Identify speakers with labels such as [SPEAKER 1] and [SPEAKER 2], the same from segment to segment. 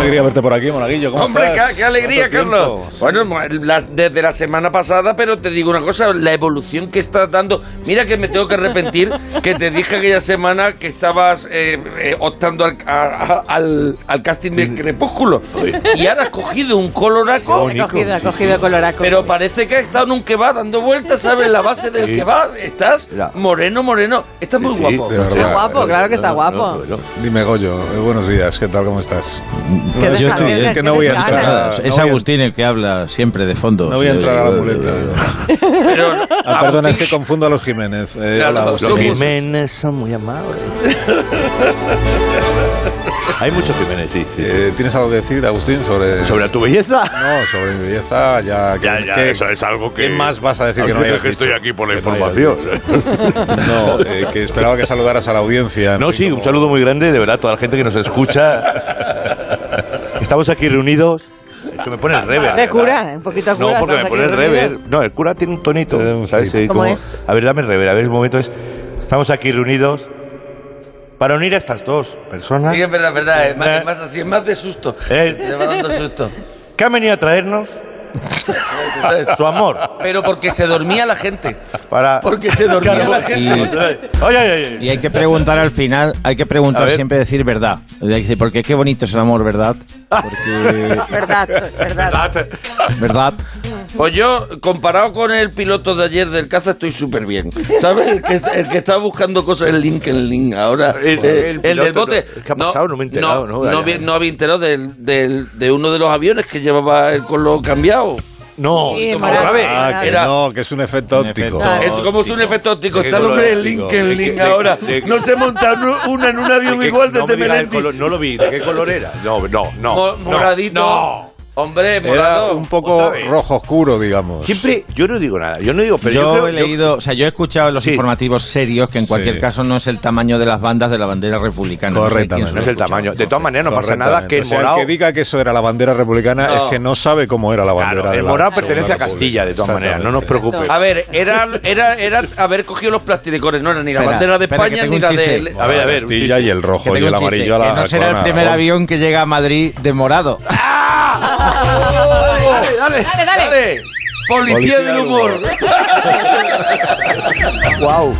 [SPEAKER 1] alegría verte por aquí, Monaguillo. ¿Cómo
[SPEAKER 2] Hombre,
[SPEAKER 1] estás?
[SPEAKER 2] qué, qué alegría,
[SPEAKER 1] ¿Cuánto
[SPEAKER 2] Carlos.
[SPEAKER 1] tiempo?
[SPEAKER 2] Bueno, mo- la- desde la semana pasada, pero te digo una cosa, la evolución que estás dando. Mira que me tengo que arrepentir que te dije aquella semana que estabas eh, eh, optando al, a- a- al, al casting de Crepúsculo. Y ahora has cogido un coloraco.
[SPEAKER 1] Qué bonito.
[SPEAKER 3] cogido, ha cogido coloraco.
[SPEAKER 2] Pero parece que has estado en un kebab dando vueltas, ¿sabes? La base del
[SPEAKER 1] Sí.
[SPEAKER 2] kebab. Estás
[SPEAKER 4] Ya.
[SPEAKER 2] moreno, moreno. Estás muy
[SPEAKER 1] Sí,
[SPEAKER 2] guapo.
[SPEAKER 1] de verdad.
[SPEAKER 3] Está guapo, claro que está
[SPEAKER 4] No, no,
[SPEAKER 3] guapo.
[SPEAKER 4] no, bueno.
[SPEAKER 1] Dime, Goyo, eh, buenos días, ¿qué tal? ¿Cómo estás?
[SPEAKER 3] Qué
[SPEAKER 1] yo
[SPEAKER 3] desgana,
[SPEAKER 1] estoy, es que
[SPEAKER 3] qué
[SPEAKER 1] no voy a
[SPEAKER 3] desgana.
[SPEAKER 1] entrar a-
[SPEAKER 5] Claro,
[SPEAKER 1] no
[SPEAKER 5] es
[SPEAKER 1] voy a-
[SPEAKER 5] Agustín el que habla siempre de fondo.
[SPEAKER 1] No voy a
[SPEAKER 5] Sí,
[SPEAKER 1] entrar a la
[SPEAKER 5] eh,
[SPEAKER 1] muleta.
[SPEAKER 2] Pero,
[SPEAKER 1] Ah, perdona, es que
[SPEAKER 2] Agustín,
[SPEAKER 1] confundo a los Jiménez. Eh,
[SPEAKER 2] Claro,
[SPEAKER 1] hola,
[SPEAKER 2] los
[SPEAKER 1] Agustín.
[SPEAKER 4] Jiménez son muy amables. Hay muchos Jiménez, sí. sí, sí.
[SPEAKER 1] Eh, ¿Tienes algo que decir, Agustín, sobre...?
[SPEAKER 4] ¿Sobre tu belleza?
[SPEAKER 1] No, sobre mi belleza, ya...
[SPEAKER 4] Ya,
[SPEAKER 1] ¿qué-
[SPEAKER 4] ya,
[SPEAKER 1] qué-
[SPEAKER 4] eso es algo que...
[SPEAKER 1] qué más vas a decir que no
[SPEAKER 4] Así
[SPEAKER 1] hayas
[SPEAKER 4] que estoy
[SPEAKER 1] dicho?
[SPEAKER 4] aquí por la
[SPEAKER 1] Que no hayas
[SPEAKER 4] información.
[SPEAKER 1] No, eh, que esperaba que saludaras a la audiencia. en
[SPEAKER 4] No,
[SPEAKER 1] fin,
[SPEAKER 4] sí,
[SPEAKER 1] como-
[SPEAKER 4] un saludo muy grande, de verdad, a toda la gente que nos escucha. Estamos aquí reunidos. Que me pone el rever.
[SPEAKER 3] De cura, un poquito de cura.
[SPEAKER 4] No, porque me
[SPEAKER 3] estamos
[SPEAKER 4] pone el
[SPEAKER 3] aquí
[SPEAKER 4] rever.
[SPEAKER 3] reunidos.
[SPEAKER 4] No, el cura tiene un tonito,
[SPEAKER 1] Eh, un
[SPEAKER 4] ¿sabes?
[SPEAKER 1] tonito.
[SPEAKER 4] Sí,
[SPEAKER 3] ¿Cómo
[SPEAKER 4] como-
[SPEAKER 3] es?
[SPEAKER 4] A ver, dame el rever. A ver, el momento es... Estamos aquí reunidos para unir a estas dos personas
[SPEAKER 2] sí, es verdad, es verdad. Es más, es más así, es más de susto.
[SPEAKER 4] ¿Ah? Eh.
[SPEAKER 2] Te va dando susto.
[SPEAKER 4] que han venido a traernos
[SPEAKER 2] Eso es.
[SPEAKER 4] su amor
[SPEAKER 2] Pero porque se dormía la gente.
[SPEAKER 4] para...
[SPEAKER 2] Porque se dormía la gente.
[SPEAKER 4] Oye, oye,
[SPEAKER 5] Y hay que preguntar al final, hay que
[SPEAKER 4] A
[SPEAKER 5] preguntar
[SPEAKER 4] ver.
[SPEAKER 5] siempre decir verdad. Y hay que decir, porque qué bonito es el amor, ¿verdad? Porque,
[SPEAKER 3] Verdad, verdad.
[SPEAKER 4] oye.
[SPEAKER 5] ¿verdad?
[SPEAKER 2] Pues yo, comparado con el piloto de ayer del caza, estoy súper bien. ¿Sabes? El que, el que estaba buscando cosas, el link, el link, ahora. eh,
[SPEAKER 4] El-
[SPEAKER 2] El,
[SPEAKER 4] el piloto,
[SPEAKER 2] del bote.
[SPEAKER 4] no, ¿qué ha pasado? No me he enterado, ¿no?
[SPEAKER 2] No,
[SPEAKER 4] Vaya.
[SPEAKER 2] había, no había enterado del, del- de uno de los aviones que llevaba el color cambiado.
[SPEAKER 4] No,
[SPEAKER 3] Sí,
[SPEAKER 4] no,
[SPEAKER 3] maravilla.
[SPEAKER 4] otra vez.
[SPEAKER 1] Ah, que
[SPEAKER 2] Era-
[SPEAKER 1] no, que es un efecto
[SPEAKER 5] Un
[SPEAKER 1] óptico.
[SPEAKER 5] efecto.
[SPEAKER 2] Es como es un efecto óptico.
[SPEAKER 4] Ah, Qué
[SPEAKER 2] Está el hombre en
[SPEAKER 4] color óptico.
[SPEAKER 2] LinkedIn
[SPEAKER 4] De que- de-
[SPEAKER 2] ahora.
[SPEAKER 4] de-
[SPEAKER 2] No se monta nu- una en un avión
[SPEAKER 4] ¿De qué-
[SPEAKER 2] igual
[SPEAKER 4] no
[SPEAKER 2] desde
[SPEAKER 4] me digas el
[SPEAKER 2] Melendi.
[SPEAKER 4] color, no lo vi, ¿de qué color era? No, no, no.
[SPEAKER 2] Mo-
[SPEAKER 4] no,
[SPEAKER 2] moradito.
[SPEAKER 4] No.
[SPEAKER 2] Hombre, morado.
[SPEAKER 1] Era un poco
[SPEAKER 4] Otra vez.
[SPEAKER 1] rojo oscuro, digamos.
[SPEAKER 4] Siempre, yo no digo nada, yo no digo,
[SPEAKER 5] Yo,
[SPEAKER 4] pero yo, creo-
[SPEAKER 5] he
[SPEAKER 4] yo-
[SPEAKER 5] leído, o sea, yo he escuchado en los
[SPEAKER 4] Sí.
[SPEAKER 5] informativos serios que en cualquier
[SPEAKER 1] Sí.
[SPEAKER 5] caso no es el tamaño de las bandas de la bandera republicana. No sé quién
[SPEAKER 1] Correctamente.
[SPEAKER 5] se lo
[SPEAKER 4] no es
[SPEAKER 5] ha
[SPEAKER 4] el
[SPEAKER 5] escuchado.
[SPEAKER 4] tamaño. De todas maneras, no pasa
[SPEAKER 1] Correctamente.
[SPEAKER 4] nada que el
[SPEAKER 1] O sea,
[SPEAKER 4] morado.
[SPEAKER 1] que diga que eso era la bandera republicana
[SPEAKER 2] No.
[SPEAKER 1] es que no sabe cómo era la bandera.
[SPEAKER 4] Claro,
[SPEAKER 1] de
[SPEAKER 4] el
[SPEAKER 1] la
[SPEAKER 4] morado
[SPEAKER 1] Segunda
[SPEAKER 4] pertenece a
[SPEAKER 1] República.
[SPEAKER 4] Castilla, de todas maneras, no nos preocupes.
[SPEAKER 2] A ver, era, era, era haber cogido los plasticones, no era ni la
[SPEAKER 5] Espera,
[SPEAKER 2] bandera de
[SPEAKER 5] espera, que
[SPEAKER 2] España
[SPEAKER 5] tengo
[SPEAKER 2] ni
[SPEAKER 5] un
[SPEAKER 2] la
[SPEAKER 5] chiste.
[SPEAKER 2] de...
[SPEAKER 4] A ver, a ver, un
[SPEAKER 1] Castilla y el
[SPEAKER 5] Que
[SPEAKER 1] rojo y
[SPEAKER 5] tengo
[SPEAKER 1] el
[SPEAKER 5] un chiste,
[SPEAKER 1] amarillo a la
[SPEAKER 5] que no será el
[SPEAKER 1] corona de
[SPEAKER 5] primer
[SPEAKER 1] Aragón.
[SPEAKER 5] avión que llega a Madrid de morado.
[SPEAKER 2] Dale, dale,
[SPEAKER 3] Dale, dale.
[SPEAKER 2] Policía,
[SPEAKER 1] Policía
[SPEAKER 2] del
[SPEAKER 1] del
[SPEAKER 2] humor.
[SPEAKER 1] humor.
[SPEAKER 4] ¡Wow!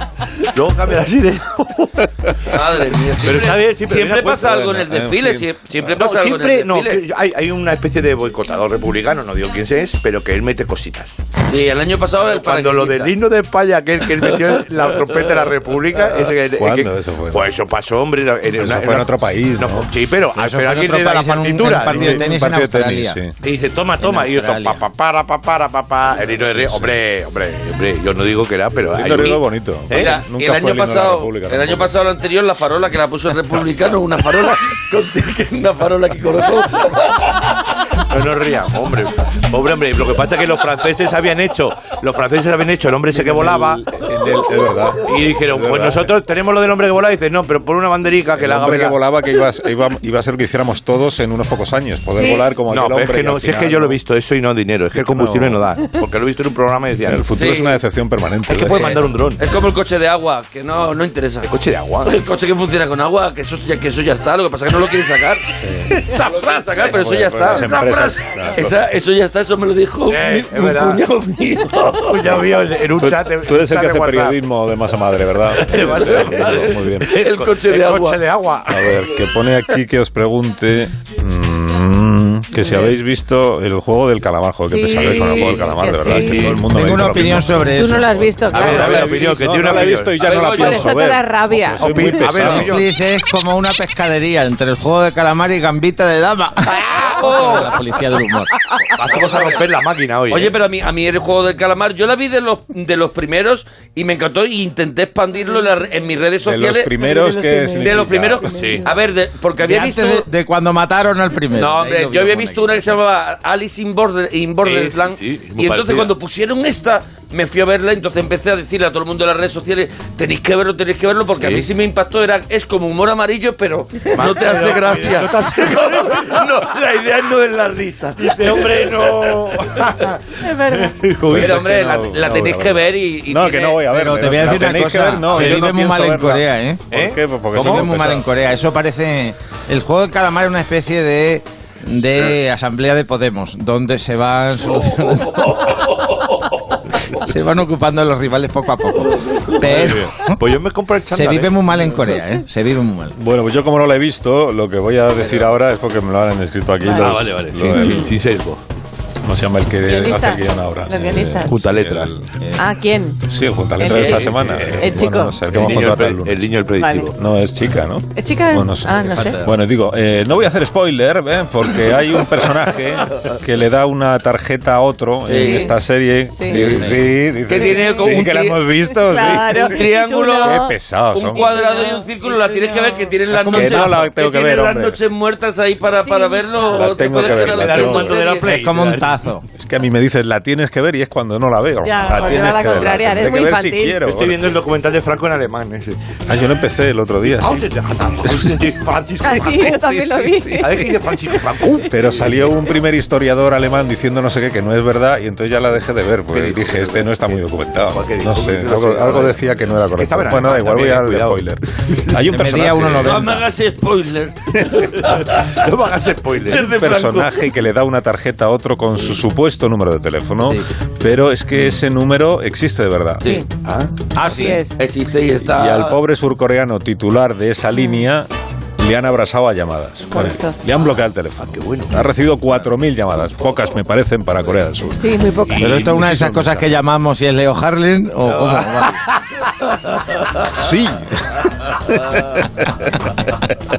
[SPEAKER 4] Luego Ah, cambia la sirena.
[SPEAKER 2] Madre mía, siempre,
[SPEAKER 4] está bien, siempre-
[SPEAKER 2] siempre
[SPEAKER 4] mira,
[SPEAKER 2] pasa
[SPEAKER 4] pues,
[SPEAKER 2] algo en el
[SPEAKER 1] bueno, en
[SPEAKER 2] desfile,
[SPEAKER 1] fin.
[SPEAKER 2] sie- siempre
[SPEAKER 4] No,
[SPEAKER 2] pasa algo en
[SPEAKER 4] siempre,
[SPEAKER 2] el
[SPEAKER 4] no,
[SPEAKER 2] desfile.
[SPEAKER 4] que hay, hay una especie de boicotador republicano, no digo quién es, pero que él mete cositas.
[SPEAKER 2] Sí, el año pasado era el
[SPEAKER 4] Cuando lo del
[SPEAKER 2] paracaidista.
[SPEAKER 4] himno de España, que él, que él metió en la trompeta de la República, ese que-
[SPEAKER 1] ¿Cuándo
[SPEAKER 4] que-
[SPEAKER 1] eso fue?
[SPEAKER 4] Pues eso pasó, hombre. en una-
[SPEAKER 1] eso
[SPEAKER 4] una-
[SPEAKER 1] fue en otro país, ¿no?
[SPEAKER 4] fue- Sí, pero,
[SPEAKER 5] Eso
[SPEAKER 4] pero
[SPEAKER 5] fue en
[SPEAKER 4] alguien
[SPEAKER 5] otro
[SPEAKER 4] le da la
[SPEAKER 5] país, en un- en un
[SPEAKER 4] partitura.
[SPEAKER 5] partido de
[SPEAKER 4] dice-
[SPEAKER 5] tenis en
[SPEAKER 1] partido de tenis,
[SPEAKER 5] Australia.
[SPEAKER 1] sí.
[SPEAKER 4] y dice, toma, toma.
[SPEAKER 5] en
[SPEAKER 4] Y otro, pa,
[SPEAKER 5] Australia.
[SPEAKER 4] pa, para, pa, para, pa, pa. El himno de Río. Hombre, hombre, hombre, yo no digo que era, pero. hay
[SPEAKER 1] Siento
[SPEAKER 4] un-
[SPEAKER 1] ruido bonito.
[SPEAKER 2] Mira,
[SPEAKER 1] Nunca
[SPEAKER 2] el
[SPEAKER 1] fue
[SPEAKER 2] año
[SPEAKER 1] himno de la
[SPEAKER 2] pasado,
[SPEAKER 1] República,
[SPEAKER 2] el año
[SPEAKER 1] tampoco.
[SPEAKER 2] pasado el anterior, la farola que la puso el republicano, una farola, con- una farola que colocó.
[SPEAKER 4] No nos rían, hombre. Pobre hombre, lo que pasa es que los franceses habían hecho, los franceses habían hecho el hombre ese que volaba.
[SPEAKER 1] El del- es verdad.
[SPEAKER 4] Y dijeron,
[SPEAKER 1] Ah, Es verdad.
[SPEAKER 4] pues nosotros tenemos lo del hombre que volaba. Y dice, no, pero por una banderica que
[SPEAKER 1] El
[SPEAKER 4] la haga
[SPEAKER 1] hombre que
[SPEAKER 4] velar".
[SPEAKER 1] volaba que iba, a- iba, iba a ser lo que hiciéramos todos en unos pocos años, poder
[SPEAKER 3] Sí.
[SPEAKER 1] volar como
[SPEAKER 4] No,
[SPEAKER 1] aquel
[SPEAKER 4] pero
[SPEAKER 1] hombre.
[SPEAKER 4] es que
[SPEAKER 1] al
[SPEAKER 4] no, si es que
[SPEAKER 1] final
[SPEAKER 4] yo lo he
[SPEAKER 1] no-
[SPEAKER 4] visto, eso y no dinero, es que el
[SPEAKER 1] que no.
[SPEAKER 4] combustible no da. Porque lo he visto en un programa y decían,
[SPEAKER 1] El
[SPEAKER 4] el
[SPEAKER 1] futuro
[SPEAKER 2] Sí.
[SPEAKER 1] es una decepción permanente.
[SPEAKER 4] que
[SPEAKER 1] ¿eh?
[SPEAKER 4] puede mandar un dron.
[SPEAKER 2] Es como el coche de agua, que no, no interesa.
[SPEAKER 4] coche de agua.
[SPEAKER 2] El coche que funciona con agua, que eso ya, que eso ya está, lo que pasa es que no lo quieren sacar. No lo quieren sacar, pero eso ya
[SPEAKER 1] Porque las
[SPEAKER 2] está.
[SPEAKER 1] empresas-
[SPEAKER 2] Esa- eso ya está, eso me lo dijo
[SPEAKER 4] Sí,
[SPEAKER 2] mi-
[SPEAKER 4] es
[SPEAKER 2] un
[SPEAKER 4] verdad.
[SPEAKER 2] cuñado mío.
[SPEAKER 4] Ya vio en- en un
[SPEAKER 1] Tú,
[SPEAKER 4] chat. de-
[SPEAKER 1] tú eres el
[SPEAKER 4] chat
[SPEAKER 1] que
[SPEAKER 4] de
[SPEAKER 1] hace
[SPEAKER 4] WhatsApp.
[SPEAKER 1] periodismo de masa madre, ¿verdad?
[SPEAKER 4] De masa
[SPEAKER 1] Sí,
[SPEAKER 4] madre.
[SPEAKER 1] Muy bien.
[SPEAKER 2] El
[SPEAKER 4] co-
[SPEAKER 2] coche de agua.
[SPEAKER 4] coche de agua.
[SPEAKER 1] A ver, que pone aquí que os pregunte mm, que si habéis visto el juego del calamajo, que
[SPEAKER 3] Sí,
[SPEAKER 1] empezaba con el juego del calamar, de
[SPEAKER 3] que
[SPEAKER 1] verdad.
[SPEAKER 3] sí.
[SPEAKER 1] que todo el mundo me
[SPEAKER 5] Tengo
[SPEAKER 1] dice
[SPEAKER 5] una
[SPEAKER 1] lo
[SPEAKER 5] opinión
[SPEAKER 1] mismo.
[SPEAKER 5] sobre
[SPEAKER 3] Tú
[SPEAKER 5] eso.
[SPEAKER 3] no lo has visto,
[SPEAKER 4] A ver,
[SPEAKER 3] claro.
[SPEAKER 4] a ver, opinión, que
[SPEAKER 1] No,
[SPEAKER 4] tiene
[SPEAKER 1] no
[SPEAKER 4] una
[SPEAKER 1] la he
[SPEAKER 4] opinión.
[SPEAKER 1] visto y ya
[SPEAKER 2] A ver,
[SPEAKER 1] no la
[SPEAKER 2] Goyo,
[SPEAKER 1] pienso
[SPEAKER 3] Por eso
[SPEAKER 1] ver.
[SPEAKER 3] te da rabia.
[SPEAKER 1] Soy muy
[SPEAKER 4] Opi- a ver,
[SPEAKER 1] pesado.
[SPEAKER 4] Goyo.
[SPEAKER 5] Netflix es como una pescadería entre el juego de calamar y gambita de dama.
[SPEAKER 2] ¡Bravo!
[SPEAKER 4] Oh.
[SPEAKER 5] La policía del humor.
[SPEAKER 4] Pasamos a romper la máquina hoy.
[SPEAKER 2] Oye,
[SPEAKER 4] ¿eh?
[SPEAKER 2] pero a mí, a mí el juego del calamar, yo la vi de los, de los primeros y me encantó y intenté expandirlo en, la- en mis redes
[SPEAKER 1] De los
[SPEAKER 2] sociales.
[SPEAKER 1] primeros que
[SPEAKER 2] De los primeros.
[SPEAKER 4] Sí.
[SPEAKER 2] A ver, de- porque
[SPEAKER 5] De
[SPEAKER 2] había visto.
[SPEAKER 5] antes de, de cuando mataron al primero.
[SPEAKER 2] No,
[SPEAKER 5] Ahí lo
[SPEAKER 2] hombre, yo había
[SPEAKER 5] vieron
[SPEAKER 2] visto
[SPEAKER 5] ahí.
[SPEAKER 2] una que se llamaba Alice in, Border, in Borderland.
[SPEAKER 4] sí, sí,
[SPEAKER 2] y
[SPEAKER 4] muy
[SPEAKER 2] entonces
[SPEAKER 4] parecida.
[SPEAKER 2] cuando pusieron esta, me fui a verla. Entonces empecé a decirle a todo el mundo en las redes sociales: tenéis que verlo, tenéis que verlo, porque
[SPEAKER 4] Sí.
[SPEAKER 2] a mí sí me impactó. Era, es como humor amarillo, pero no te hace gracia. no, la idea no es la risa.
[SPEAKER 4] hombre, no.
[SPEAKER 3] Es verdad.
[SPEAKER 2] Pero, hombre,
[SPEAKER 1] Es que
[SPEAKER 2] la,
[SPEAKER 1] no-
[SPEAKER 2] la
[SPEAKER 1] no
[SPEAKER 2] tenéis
[SPEAKER 1] voy a
[SPEAKER 2] que
[SPEAKER 1] ver.
[SPEAKER 2] ver y. y
[SPEAKER 1] no, que
[SPEAKER 2] tiene-
[SPEAKER 1] no voy a ver.
[SPEAKER 5] Pero te voy a decir una cosa, se vive muy mal en Corea, ¿eh?
[SPEAKER 1] ¿Por qué? Pues porque
[SPEAKER 5] Se
[SPEAKER 1] son
[SPEAKER 5] vive muy mal en
[SPEAKER 1] pesados.
[SPEAKER 5] Corea. Eso parece. El juego del calamar es una especie de.
[SPEAKER 1] Eh.
[SPEAKER 5] De asamblea de Podemos, donde se van solucionando. se van ocupando los rivales poco a poco. Pero
[SPEAKER 4] Pues yo me compro el chándal.
[SPEAKER 5] se vive
[SPEAKER 4] ¿eh?
[SPEAKER 5] muy mal en Corea, ¿eh? Se vive muy mal.
[SPEAKER 1] Bueno, pues yo como no la he visto, lo que voy a decir ahora es porque me lo han escrito aquí.
[SPEAKER 3] Vale.
[SPEAKER 1] los-
[SPEAKER 4] Ah, vale, vale.
[SPEAKER 1] los-
[SPEAKER 4] Sí, sí, sí, sesgo.
[SPEAKER 1] ¿Cómo se llama el que hace
[SPEAKER 3] Guionistas.
[SPEAKER 1] el guión ahora?
[SPEAKER 3] Los guionistas.
[SPEAKER 4] Junta letras.
[SPEAKER 1] Eh, El-
[SPEAKER 3] Ah, ¿quién?
[SPEAKER 1] sí, el junta letras de
[SPEAKER 3] El-
[SPEAKER 1] esta semana.
[SPEAKER 4] el
[SPEAKER 1] Eh,
[SPEAKER 3] chico.
[SPEAKER 1] bueno, no sé, el que
[SPEAKER 4] El
[SPEAKER 1] hemos
[SPEAKER 4] niño, el,
[SPEAKER 1] contratado el
[SPEAKER 4] pre-
[SPEAKER 1] lunes.
[SPEAKER 4] el niño el predictivo.
[SPEAKER 1] No, es chica, ¿no?
[SPEAKER 3] ¿Es chica?
[SPEAKER 1] Bueno, no sé.
[SPEAKER 3] Ah, no sé.
[SPEAKER 1] Bueno, digo, eh, no voy a hacer spoiler, ¿eh? porque hay un personaje que le da una tarjeta a otro en
[SPEAKER 2] Sí.
[SPEAKER 1] esta serie.
[SPEAKER 3] Sí.
[SPEAKER 1] Dice, Sí, dice,
[SPEAKER 2] Que tiene como
[SPEAKER 1] sí,
[SPEAKER 2] un
[SPEAKER 1] que la
[SPEAKER 2] tri-
[SPEAKER 1] hemos visto. sí.
[SPEAKER 3] Claro.
[SPEAKER 2] Un triángulo.
[SPEAKER 1] Qué pesados
[SPEAKER 2] un
[SPEAKER 1] son.
[SPEAKER 2] cuadrado y un círculo la tienes que ver que tienen las
[SPEAKER 1] ¿Cómo
[SPEAKER 2] noches
[SPEAKER 1] que no la tengo que
[SPEAKER 2] tienen
[SPEAKER 1] ver,
[SPEAKER 2] las
[SPEAKER 1] hombre?
[SPEAKER 2] noches muertas ahí para, para verlo
[SPEAKER 1] La
[SPEAKER 2] o te
[SPEAKER 1] tengo
[SPEAKER 2] puedes
[SPEAKER 1] que ver,
[SPEAKER 2] quedar
[SPEAKER 1] la
[SPEAKER 2] viendo
[SPEAKER 1] tengo
[SPEAKER 2] una
[SPEAKER 1] que ver.
[SPEAKER 2] serie.
[SPEAKER 4] Play.
[SPEAKER 5] Es como un tazo.
[SPEAKER 1] Es que a mí me dices, la tienes que ver y es cuando no la veo.
[SPEAKER 3] Ya,
[SPEAKER 1] la
[SPEAKER 3] porque
[SPEAKER 1] tienes
[SPEAKER 3] no la
[SPEAKER 1] que ver,
[SPEAKER 3] contraria, eres
[SPEAKER 1] tendré
[SPEAKER 3] muy
[SPEAKER 1] que ver
[SPEAKER 3] infantil.
[SPEAKER 1] si quiero.
[SPEAKER 4] Yo estoy viendo el documental de Franco en alemán. Ese.
[SPEAKER 1] Ah, yo lo empecé el otro día.
[SPEAKER 3] Oh.
[SPEAKER 1] sí.
[SPEAKER 4] Francisco
[SPEAKER 3] Ah, sí, yo también lo vi.
[SPEAKER 4] A ver qué dice Francisco Franco.
[SPEAKER 1] Pero salió un primer historiador alemán diciendo no sé qué, que no es verdad, y entonces ya la dejé de ver,
[SPEAKER 4] ¿Qué
[SPEAKER 1] porque
[SPEAKER 4] dijo?
[SPEAKER 1] dije, este no está muy documentado.
[SPEAKER 4] ¿Qué dijo?
[SPEAKER 1] No sé,
[SPEAKER 4] No
[SPEAKER 1] algo,
[SPEAKER 4] sé,
[SPEAKER 1] algo
[SPEAKER 4] vale.
[SPEAKER 1] decía que no era correcto.
[SPEAKER 4] estaba en
[SPEAKER 1] Bueno, da
[SPEAKER 4] alemán
[SPEAKER 1] igual, voy
[SPEAKER 4] también,
[SPEAKER 1] al
[SPEAKER 4] cuidado.
[SPEAKER 1] spoiler. Hay un
[SPEAKER 5] Que medía
[SPEAKER 1] personaje,
[SPEAKER 5] 1,90.
[SPEAKER 2] No me hagas spoiler.
[SPEAKER 4] No me hagas spoiler.
[SPEAKER 2] Es de
[SPEAKER 1] un personaje que le da una tarjeta a otro con su supuesto número de teléfono,
[SPEAKER 5] Sí.
[SPEAKER 1] pero es que ese número existe de verdad.
[SPEAKER 2] Sí,
[SPEAKER 4] Ah,
[SPEAKER 5] Ah,
[SPEAKER 3] Así es.
[SPEAKER 2] existe y está.
[SPEAKER 1] Y
[SPEAKER 3] Ah.
[SPEAKER 1] al pobre surcoreano titular de esa línea le han abrazado a llamadas.
[SPEAKER 3] Correcto.
[SPEAKER 1] Le han bloqueado el teléfono.
[SPEAKER 5] Ah,
[SPEAKER 4] qué bueno.
[SPEAKER 1] Ha recibido 4.000 llamadas, pocas me parecen para Corea del Sur.
[SPEAKER 3] Sí, muy poca.
[SPEAKER 5] Pero esto es una de esas
[SPEAKER 4] muchísimo
[SPEAKER 5] cosas que llamamos si es Leo Harlin o cómo. Vale.
[SPEAKER 1] Sí.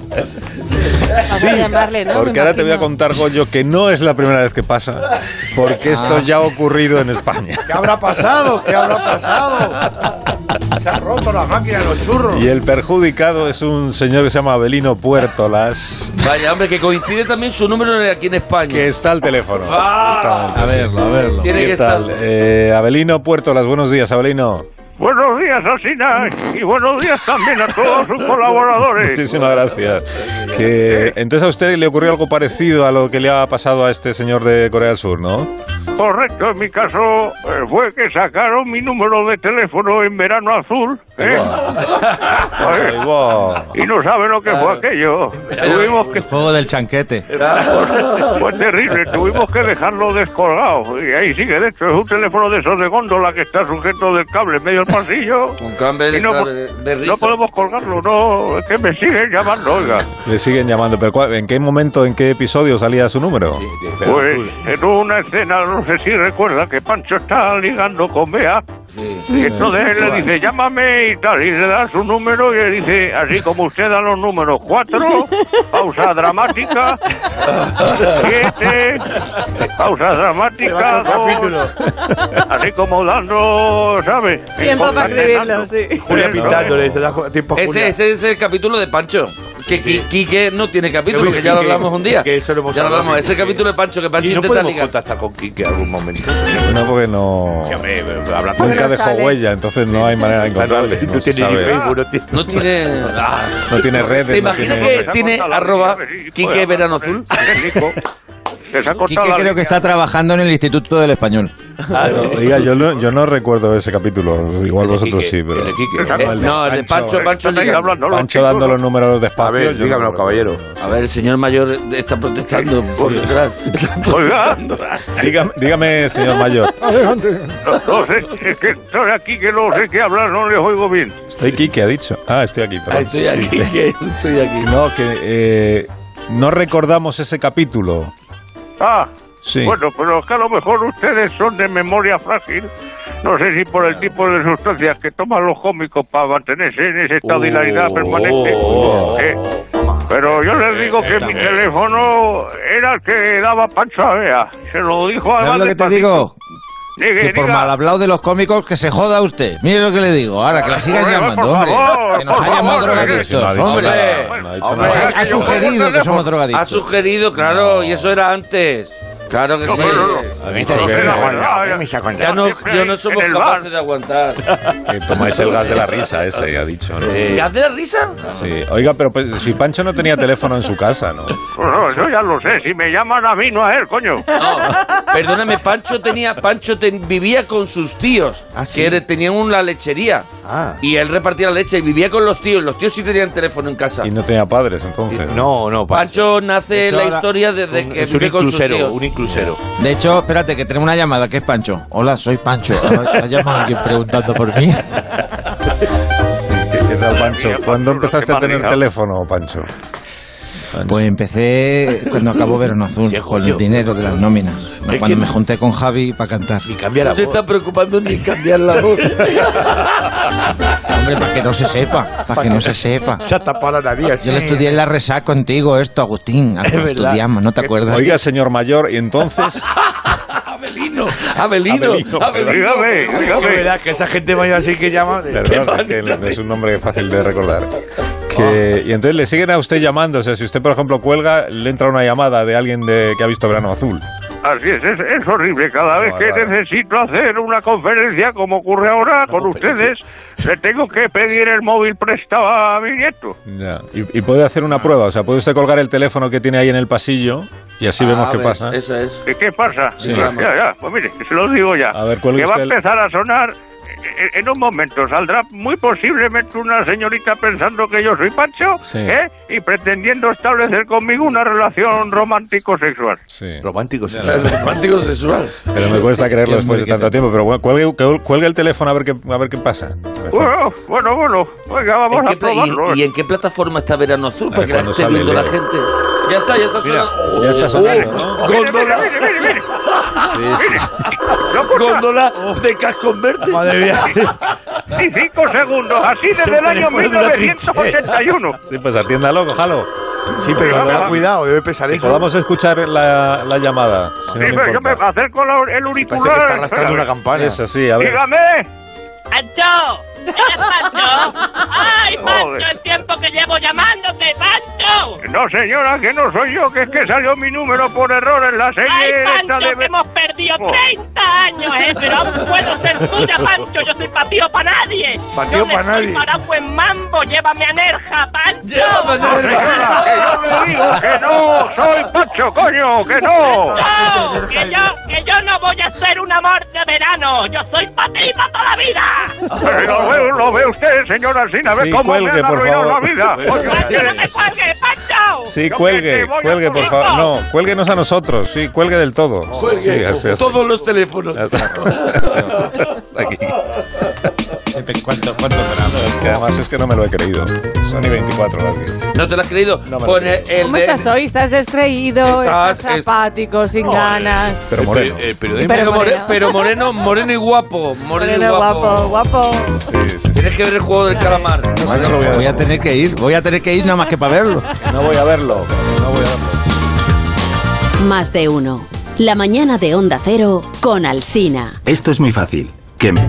[SPEAKER 3] Vamos a llamarle, ¿no?
[SPEAKER 1] Porque
[SPEAKER 3] Me
[SPEAKER 1] ahora te voy a
[SPEAKER 3] imagino.
[SPEAKER 1] contar, Goyo, que no es la primera vez que pasa, porque
[SPEAKER 5] Ah.
[SPEAKER 1] esto ya ha ocurrido en España.
[SPEAKER 4] ¿Qué habrá pasado? ¿Qué habrá pasado? Se ha roto la máquina de los churros.
[SPEAKER 1] Y el perjudicado es un señor que se llama Abelino Puertolas,
[SPEAKER 2] Vaya, hombre, que coincide también su número aquí en España.
[SPEAKER 1] que está al teléfono.
[SPEAKER 2] Ah.
[SPEAKER 5] A verlo, a verlo.
[SPEAKER 2] Tiene que
[SPEAKER 1] ¿Qué
[SPEAKER 2] estar.
[SPEAKER 1] tal? Eh, Abelino Puertolas, buenos días, Abelino.
[SPEAKER 6] Buenos días, Asina, y buenos días también a todos sus colaboradores.
[SPEAKER 1] Muchísimas gracias. Que, entonces a usted le ocurrió algo parecido a lo que le ha pasado a este señor de Corea del Sur, ¿no?
[SPEAKER 6] Correcto, en mi caso eh, fue que sacaron mi número de teléfono en verano azul, ¿eh?
[SPEAKER 1] Ay, guau.
[SPEAKER 6] Y no sabe lo que fue aquello. Tuvimos que.
[SPEAKER 5] Juego del chanquete.
[SPEAKER 6] Fue terrible, tuvimos que dejarlo descolgado. Y ahí sigue, de hecho, es un teléfono de esos de góndola que está sujeto del cable en medio del pasillo.
[SPEAKER 2] Un cambio de,
[SPEAKER 6] Y no, po-
[SPEAKER 2] de, de rizo.
[SPEAKER 6] no podemos colgarlo, no. Es que me siguen llamando, oiga.
[SPEAKER 1] Le siguen llamando, pero ¿cuál- ¿en qué momento, en qué episodio salía su número?
[SPEAKER 6] Pues en una escena, no sé si recuerda que Pancho está ligando con Bea. Y entonces él le dice, llámame y tal, y le da su número y le dice, así como usted da los números, cuatro, pausa dramática, siete, pausa dramática, dos, así como dando, ¿sabes?
[SPEAKER 3] Tiempo para escribirlo, sí.
[SPEAKER 4] Julia pintándole, se da ju- tiempo a
[SPEAKER 2] Ese,
[SPEAKER 4] Julia.
[SPEAKER 2] ese es el capítulo de Pancho. Que Qui- Quique no tiene capítulo,
[SPEAKER 4] Quique,
[SPEAKER 2] que ya lo
[SPEAKER 4] Quique,
[SPEAKER 2] hablamos un día.
[SPEAKER 4] que eso lo hemos
[SPEAKER 2] ya lo
[SPEAKER 4] hablado,
[SPEAKER 2] hablamos.
[SPEAKER 4] sí,
[SPEAKER 2] Ese
[SPEAKER 4] Quique.
[SPEAKER 2] capítulo de Pancho que Pancho
[SPEAKER 4] Y no
[SPEAKER 2] intenta
[SPEAKER 4] podemos
[SPEAKER 2] ligar.
[SPEAKER 4] contactar con Quique en algún momento.
[SPEAKER 1] No, porque no.
[SPEAKER 4] Sí, hombre, habla con
[SPEAKER 1] Nunca
[SPEAKER 3] no
[SPEAKER 1] dejó
[SPEAKER 3] sale.
[SPEAKER 1] huella, entonces no hay manera de encontrarle.
[SPEAKER 4] Tú
[SPEAKER 1] No, se
[SPEAKER 4] tienes ni
[SPEAKER 1] sabe.
[SPEAKER 4] Facebook, no tienes-
[SPEAKER 2] No tiene. Ah.
[SPEAKER 1] No tiene redes.
[SPEAKER 2] ¿Te
[SPEAKER 1] no
[SPEAKER 2] imaginas
[SPEAKER 1] tiene-
[SPEAKER 2] que tiene arroba Quique Verano Azul?
[SPEAKER 6] Que se ha cortado
[SPEAKER 5] Quique
[SPEAKER 6] la
[SPEAKER 5] creo que
[SPEAKER 6] línea.
[SPEAKER 5] está trabajando en el Instituto del Español.
[SPEAKER 4] Ah,
[SPEAKER 1] Oiga, yo no, yo no recuerdo ese capítulo. Igual vosotros
[SPEAKER 4] Quique,
[SPEAKER 1] sí, pero.
[SPEAKER 4] el de Quique, ¿no?
[SPEAKER 1] No, el de
[SPEAKER 2] No, el de Pancho, Pancho
[SPEAKER 6] Están ahí
[SPEAKER 2] ligando.
[SPEAKER 6] hablando los
[SPEAKER 1] Pancho
[SPEAKER 6] chicos,
[SPEAKER 1] dando los números despacio.
[SPEAKER 4] A ver,
[SPEAKER 1] yo no
[SPEAKER 4] dígamelo,
[SPEAKER 1] recuerdo.
[SPEAKER 4] caballero.
[SPEAKER 2] A ver, el señor mayor está protestando por detrás.
[SPEAKER 6] Oiga, no,
[SPEAKER 1] Dígame, dígame, señor Mayor.
[SPEAKER 6] no sé, es que estoy aquí que no sé qué hablar, no les oigo bien.
[SPEAKER 1] Estoy aquí, que ha dicho. Ah, estoy aquí,
[SPEAKER 2] Ah,
[SPEAKER 1] perdón.
[SPEAKER 2] Estoy aquí, que estoy aquí.
[SPEAKER 1] No, que eh, no recordamos ese capítulo.
[SPEAKER 6] Ah,
[SPEAKER 1] Sí.
[SPEAKER 6] bueno, pero es que a lo mejor ustedes son de memoria frágil. No sé si por el tipo de
[SPEAKER 5] Oh.
[SPEAKER 6] sustancias que toman los cómicos para mantenerse en ese estado de hilaridad permanente.
[SPEAKER 4] Oh.
[SPEAKER 6] Eh, Pero yo les digo que mi teléfono era el que daba pancha, vea. Se lo dijo a
[SPEAKER 5] ¿Sabes lo que te digo? Que por mal hablado de los cómicos, que se joda usted. Mire lo que le digo. Ahora, que la sigan
[SPEAKER 6] Hombre,
[SPEAKER 5] llamando,
[SPEAKER 6] por
[SPEAKER 5] hombre.
[SPEAKER 6] favor,
[SPEAKER 5] Que nos
[SPEAKER 6] por
[SPEAKER 5] ha llamado
[SPEAKER 6] favor,
[SPEAKER 1] no ha
[SPEAKER 5] drogadictos,
[SPEAKER 1] dicho
[SPEAKER 5] hombre.
[SPEAKER 1] nada, no ha dicho
[SPEAKER 2] Hombre,
[SPEAKER 1] nada.
[SPEAKER 2] es
[SPEAKER 5] Ha
[SPEAKER 2] que yo-
[SPEAKER 5] sugerido que somos
[SPEAKER 2] Ha
[SPEAKER 5] drogadictos.
[SPEAKER 2] sugerido, claro, y eso era antes. Claro que sí.
[SPEAKER 6] no, no.
[SPEAKER 1] Ha
[SPEAKER 7] Me
[SPEAKER 1] dicho
[SPEAKER 7] tenéis
[SPEAKER 1] que-
[SPEAKER 7] que
[SPEAKER 6] Ya,
[SPEAKER 7] aguantar,
[SPEAKER 6] ya.
[SPEAKER 7] me tenéis que aguantar.
[SPEAKER 2] Ya no,
[SPEAKER 6] siempre
[SPEAKER 2] yo
[SPEAKER 6] en
[SPEAKER 2] no
[SPEAKER 6] el
[SPEAKER 2] somos
[SPEAKER 6] bar.
[SPEAKER 2] capaces de aguantar.
[SPEAKER 1] que tomáis el gas de la risa ese, ha dicho. ¿no?
[SPEAKER 2] ¿Qué hace la risa?
[SPEAKER 1] Sí. Oiga, pero pues, si Pancho no tenía teléfono en su casa, ¿no?
[SPEAKER 6] No, no, yo ya lo sé. Si me llaman a mí, no a él, coño.
[SPEAKER 2] No, perdóname, Pancho tenía, Pancho ten- vivía con sus tíos,
[SPEAKER 7] Ah, sí.
[SPEAKER 2] que era- tenían una lechería.
[SPEAKER 7] Ah.
[SPEAKER 2] Y él repartía la leche y vivía con los tíos. Los tíos sí tenían teléfono en casa.
[SPEAKER 1] Y no tenía padres, entonces.
[SPEAKER 4] No, no,
[SPEAKER 2] Pancho nace
[SPEAKER 5] Eso
[SPEAKER 2] la
[SPEAKER 5] ahora-
[SPEAKER 2] historia desde que
[SPEAKER 4] es un
[SPEAKER 2] vive con sus
[SPEAKER 4] inclusero,
[SPEAKER 2] tíos.
[SPEAKER 4] un inclusero.
[SPEAKER 5] De hecho, espérate, que tenemos una llamada, que es Pancho. Hola, soy Pancho. Ha ha llamado alguien preguntando por mí.
[SPEAKER 1] ¿Qué, qué tal, Pancho?
[SPEAKER 6] Mira, Pancho,
[SPEAKER 1] ¿Cuándo empezaste
[SPEAKER 6] qué
[SPEAKER 1] a tener
[SPEAKER 6] barriga.
[SPEAKER 1] teléfono, Pancho?
[SPEAKER 5] Pues empecé cuando acabó Verano Azul,
[SPEAKER 4] Sí,
[SPEAKER 5] con
[SPEAKER 4] Julio.
[SPEAKER 5] el dinero de las nóminas.
[SPEAKER 4] Es
[SPEAKER 5] Cuando
[SPEAKER 4] que-
[SPEAKER 5] me junté con Javi para cantar.
[SPEAKER 4] Y cambia la
[SPEAKER 2] No se
[SPEAKER 4] voz.
[SPEAKER 2] está preocupando ni en cambiar la voz.
[SPEAKER 5] Hombre, para que no se sepa, para que no se sepa.
[SPEAKER 7] Se ha tapado la nariz.
[SPEAKER 5] Yo lo estudié en la resac contigo esto, Agustín. Algo
[SPEAKER 4] verdad.
[SPEAKER 5] estudiamos, ¿no te acuerdas?
[SPEAKER 1] Oiga, señor mayor, y entonces.
[SPEAKER 2] Abelino, Abelino,
[SPEAKER 1] Abelino,
[SPEAKER 2] Abelino.
[SPEAKER 6] Dígame,
[SPEAKER 4] Que
[SPEAKER 6] dígame.
[SPEAKER 4] verdad que esa gente mayor así que llama. de-
[SPEAKER 1] Perdón, es que no es un nombre fácil de recordar. Que-
[SPEAKER 6] Ah.
[SPEAKER 1] y entonces le siguen a usted llamando. O sea, si usted, por ejemplo, cuelga, le entra una llamada de alguien de, que ha visto Verano Azul.
[SPEAKER 6] Así es, es, es horrible. Cada vez que
[SPEAKER 1] Bárbaro.
[SPEAKER 6] necesito hacer una conferencia, como ocurre ahora con ustedes, le tengo que pedir el móvil prestado a mi nieto.
[SPEAKER 1] Y, y puede hacer una prueba. O sea, puede usted colgar el teléfono que tiene ahí en el pasillo y así vemos
[SPEAKER 2] Ah,
[SPEAKER 1] qué
[SPEAKER 2] ves,
[SPEAKER 1] pasa.
[SPEAKER 2] Eso es.
[SPEAKER 6] ¿Qué, qué pasa?
[SPEAKER 1] Sí.
[SPEAKER 6] Ya, ya, ya. Pues mire, se lo digo ya.
[SPEAKER 1] A ver, cuelgue
[SPEAKER 6] que va a
[SPEAKER 1] usted el-
[SPEAKER 6] empezar a sonar eh, en un momento. Saldrá muy posiblemente una señorita pensando que yo soy Pancho
[SPEAKER 1] Sí.
[SPEAKER 6] ¿eh? y pretendiendo establecer conmigo una relación romántico-sexual.
[SPEAKER 1] Sí.
[SPEAKER 4] Romántico, sí.
[SPEAKER 2] Romántico sexual.
[SPEAKER 1] Pero me cuesta creerlo después de tanto tiempo. Pero bueno, cuelgue, cuel- cuelgue el teléfono a ver qué, a ver qué pasa.
[SPEAKER 6] Bueno, bueno, bueno. Oiga, vamos
[SPEAKER 2] ¿En
[SPEAKER 6] a
[SPEAKER 2] qué pla-
[SPEAKER 6] probarlo.
[SPEAKER 2] y, y en qué plataforma está Verano Azul?
[SPEAKER 1] A
[SPEAKER 2] Para
[SPEAKER 1] ver
[SPEAKER 2] que la
[SPEAKER 1] cuándo
[SPEAKER 2] esté
[SPEAKER 1] Ah, sale,
[SPEAKER 2] viendo la
[SPEAKER 1] Leo.
[SPEAKER 2] gente. Ya está, ya está sonando. Oh,
[SPEAKER 1] Ya está sonando, ¿no?
[SPEAKER 6] Mire, mire, mire, mire, mire. Mire. No, pues,
[SPEAKER 2] Góndola de cascos verdes.
[SPEAKER 4] Madre mía.
[SPEAKER 6] 25 segundos, así desde
[SPEAKER 4] Se
[SPEAKER 6] el año
[SPEAKER 4] me fue de la trinchera.
[SPEAKER 6] 1981.
[SPEAKER 1] Sí, pues atiéndalo, cójalo.
[SPEAKER 4] Sí, pero
[SPEAKER 6] Venga,
[SPEAKER 7] Cuidado, debe pesar
[SPEAKER 1] Que
[SPEAKER 7] eso.
[SPEAKER 1] podamos escuchar la, la llamada.
[SPEAKER 6] Sí,
[SPEAKER 1] si no le
[SPEAKER 6] pero yo me
[SPEAKER 1] importa.
[SPEAKER 6] acerco la- el
[SPEAKER 7] Parece que
[SPEAKER 6] auricular.
[SPEAKER 7] está arrastrando una campana.
[SPEAKER 1] Eso sí, a ver.
[SPEAKER 6] Dígame.
[SPEAKER 8] ¡Pancho! ¿Eres Pancho? ¡Ay, Pancho!
[SPEAKER 6] Joder.
[SPEAKER 8] El tiempo que llevo llamándote, Pancho.
[SPEAKER 6] No, señora, que no soy yo, que es que salió mi número por error en la
[SPEAKER 8] ¡Ay,
[SPEAKER 6] serie esta
[SPEAKER 8] Pancho,
[SPEAKER 6] de...
[SPEAKER 8] que hemos perdido
[SPEAKER 6] Joder.
[SPEAKER 8] 30 años, eh! Pero aún puedo ser tuya, Pancho. Yo soy patío para nadie.
[SPEAKER 7] Pa' tío
[SPEAKER 8] Yo
[SPEAKER 7] pa' nadie.
[SPEAKER 8] Para buen mambo, llévame a Nerja, Pancho.
[SPEAKER 2] Llévame a
[SPEAKER 6] No, señora, que yo le digo que no, soy Pacho, coño, que no.
[SPEAKER 8] Pancho, que yo, que yo no voy a ser un amor de verano. Yo soy patita toda la vida.
[SPEAKER 6] Pero Lo ve, lo ve usted, señora Sina, ve
[SPEAKER 1] Sí,
[SPEAKER 6] cómo
[SPEAKER 1] cuelgue,
[SPEAKER 6] me han
[SPEAKER 1] por
[SPEAKER 6] arruinado la
[SPEAKER 1] favor.
[SPEAKER 6] vida. Coño,
[SPEAKER 8] Pancho, no
[SPEAKER 6] ¿quiere-
[SPEAKER 8] me cuelgues, Pancho.
[SPEAKER 1] Sí,
[SPEAKER 6] Yo que
[SPEAKER 1] cuelgue,
[SPEAKER 6] te voy a
[SPEAKER 1] cuelgue, por
[SPEAKER 8] colgar.
[SPEAKER 1] favor. No, cuélguenos a nosotros, sí, cuelgue del todo. Sí,
[SPEAKER 2] Cuelgue
[SPEAKER 1] así, así.
[SPEAKER 2] todos los teléfonos.
[SPEAKER 1] Ya está. Hasta aquí. Es que además es que no me lo he creído. Son y 24 las 10.
[SPEAKER 2] ¿No te lo has creído?
[SPEAKER 1] No me lo
[SPEAKER 2] Pon
[SPEAKER 1] creo.
[SPEAKER 2] el- el
[SPEAKER 3] ¿Cómo
[SPEAKER 2] de-
[SPEAKER 3] estás hoy? ¿Estás descreído?
[SPEAKER 2] Estás-
[SPEAKER 3] ¿Estás,
[SPEAKER 2] es-
[SPEAKER 3] apático, sin ganas?
[SPEAKER 1] Pero moreno.
[SPEAKER 7] eh,
[SPEAKER 4] El periodismo.
[SPEAKER 2] Pero,
[SPEAKER 3] Pero
[SPEAKER 2] more-
[SPEAKER 3] moreno.
[SPEAKER 2] pero moreno, moreno y guapo. Moreno, y
[SPEAKER 3] Moreno,
[SPEAKER 2] guapo.
[SPEAKER 3] guapo, guapo.
[SPEAKER 1] Sí, sí, sí.
[SPEAKER 2] Tienes que ver el juego del calamar.
[SPEAKER 1] Macho, no, voy a,
[SPEAKER 5] Voy a tener que ir, voy a tener que ir nada más que para verlo.
[SPEAKER 1] no voy a verlo. No voy a verlo.
[SPEAKER 9] Más de uno. La mañana de Onda Cero con Alsina.
[SPEAKER 10] Esto es muy fácil. Que me-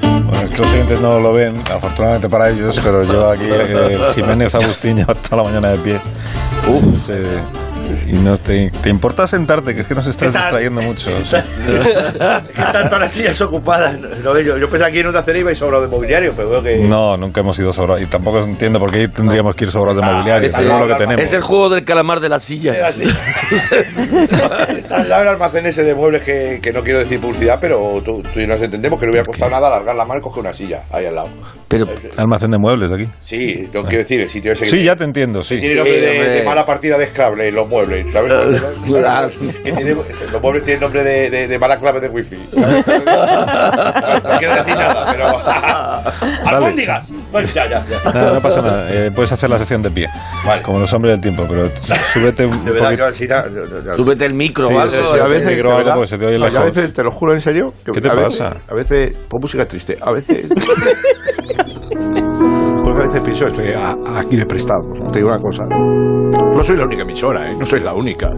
[SPEAKER 1] Bueno, Nuestros clientes no lo ven, afortunadamente para ellos, pero yo aquí, eh, Jiménez Agustín, lleva toda la mañana de pie. Uf, eh, y no te, te importa sentarte, que es que nos estás
[SPEAKER 7] ¿Qué tal?
[SPEAKER 1] distrayendo mucho. o sea.
[SPEAKER 7] Están todas las sillas ocupadas. No, no, yo, yo pensaba que en una cena iba y sobrado de mobiliario, pero veo que.
[SPEAKER 1] No, nunca hemos ido sobrados. Y tampoco entiendo por qué tendríamos que ir sobrados de
[SPEAKER 7] Ah,
[SPEAKER 1] mobiliario.
[SPEAKER 2] ese-
[SPEAKER 1] Tenemos lo que tenemos.
[SPEAKER 2] Es el juego del calamar de las sillas.
[SPEAKER 7] Era así. Está al lado el almacén ese de muebles que, que no quiero decir publicidad, pero tú, tú y nos entendemos que no hubiera costado nada alargar la mano y coger una silla ahí al lado. eh,
[SPEAKER 2] Pero
[SPEAKER 1] Almacén de muebles aquí.
[SPEAKER 7] Sí, no quiero decir el sitio ese que
[SPEAKER 1] Sí, ya te entiendo, sí.
[SPEAKER 7] tiene nombre
[SPEAKER 2] Sí,
[SPEAKER 7] de, de
[SPEAKER 2] hombre.
[SPEAKER 7] mala partida de Scrabble, los muebles, ¿sabes? Que tiene- los muebles tienen nombre de, de, de mala clave de wifi. ¿sabes? no quiero decir nada, pero.
[SPEAKER 1] Vale.
[SPEAKER 7] Albóndigas. Bueno, ya, ya, ya.
[SPEAKER 1] Nada, no pasa nada. Eh, puedes hacer la sección de pie. Como los hombres del tiempo, pero súbete un
[SPEAKER 7] De verdad, yo
[SPEAKER 1] poquito.
[SPEAKER 7] Alsina. yo- yo- yo-
[SPEAKER 2] Súbete el micro
[SPEAKER 7] Sí,
[SPEAKER 2] o algo.
[SPEAKER 7] sí, sí,
[SPEAKER 1] Súbete
[SPEAKER 7] a
[SPEAKER 1] el
[SPEAKER 7] veces,
[SPEAKER 1] micro o
[SPEAKER 7] de
[SPEAKER 1] algo,
[SPEAKER 7] verdad.
[SPEAKER 1] porque se te oye
[SPEAKER 7] No, yo a
[SPEAKER 1] lejos.
[SPEAKER 7] veces, te lo juro en serio. que
[SPEAKER 1] ¿Qué te
[SPEAKER 7] a veces-
[SPEAKER 1] pasa?
[SPEAKER 7] A veces, pues música triste. A veces. Porque a veces pienso, estoy a- aquí de prestado. Te digo una cosa. No soy la única emisora, ¿eh? no soy la única.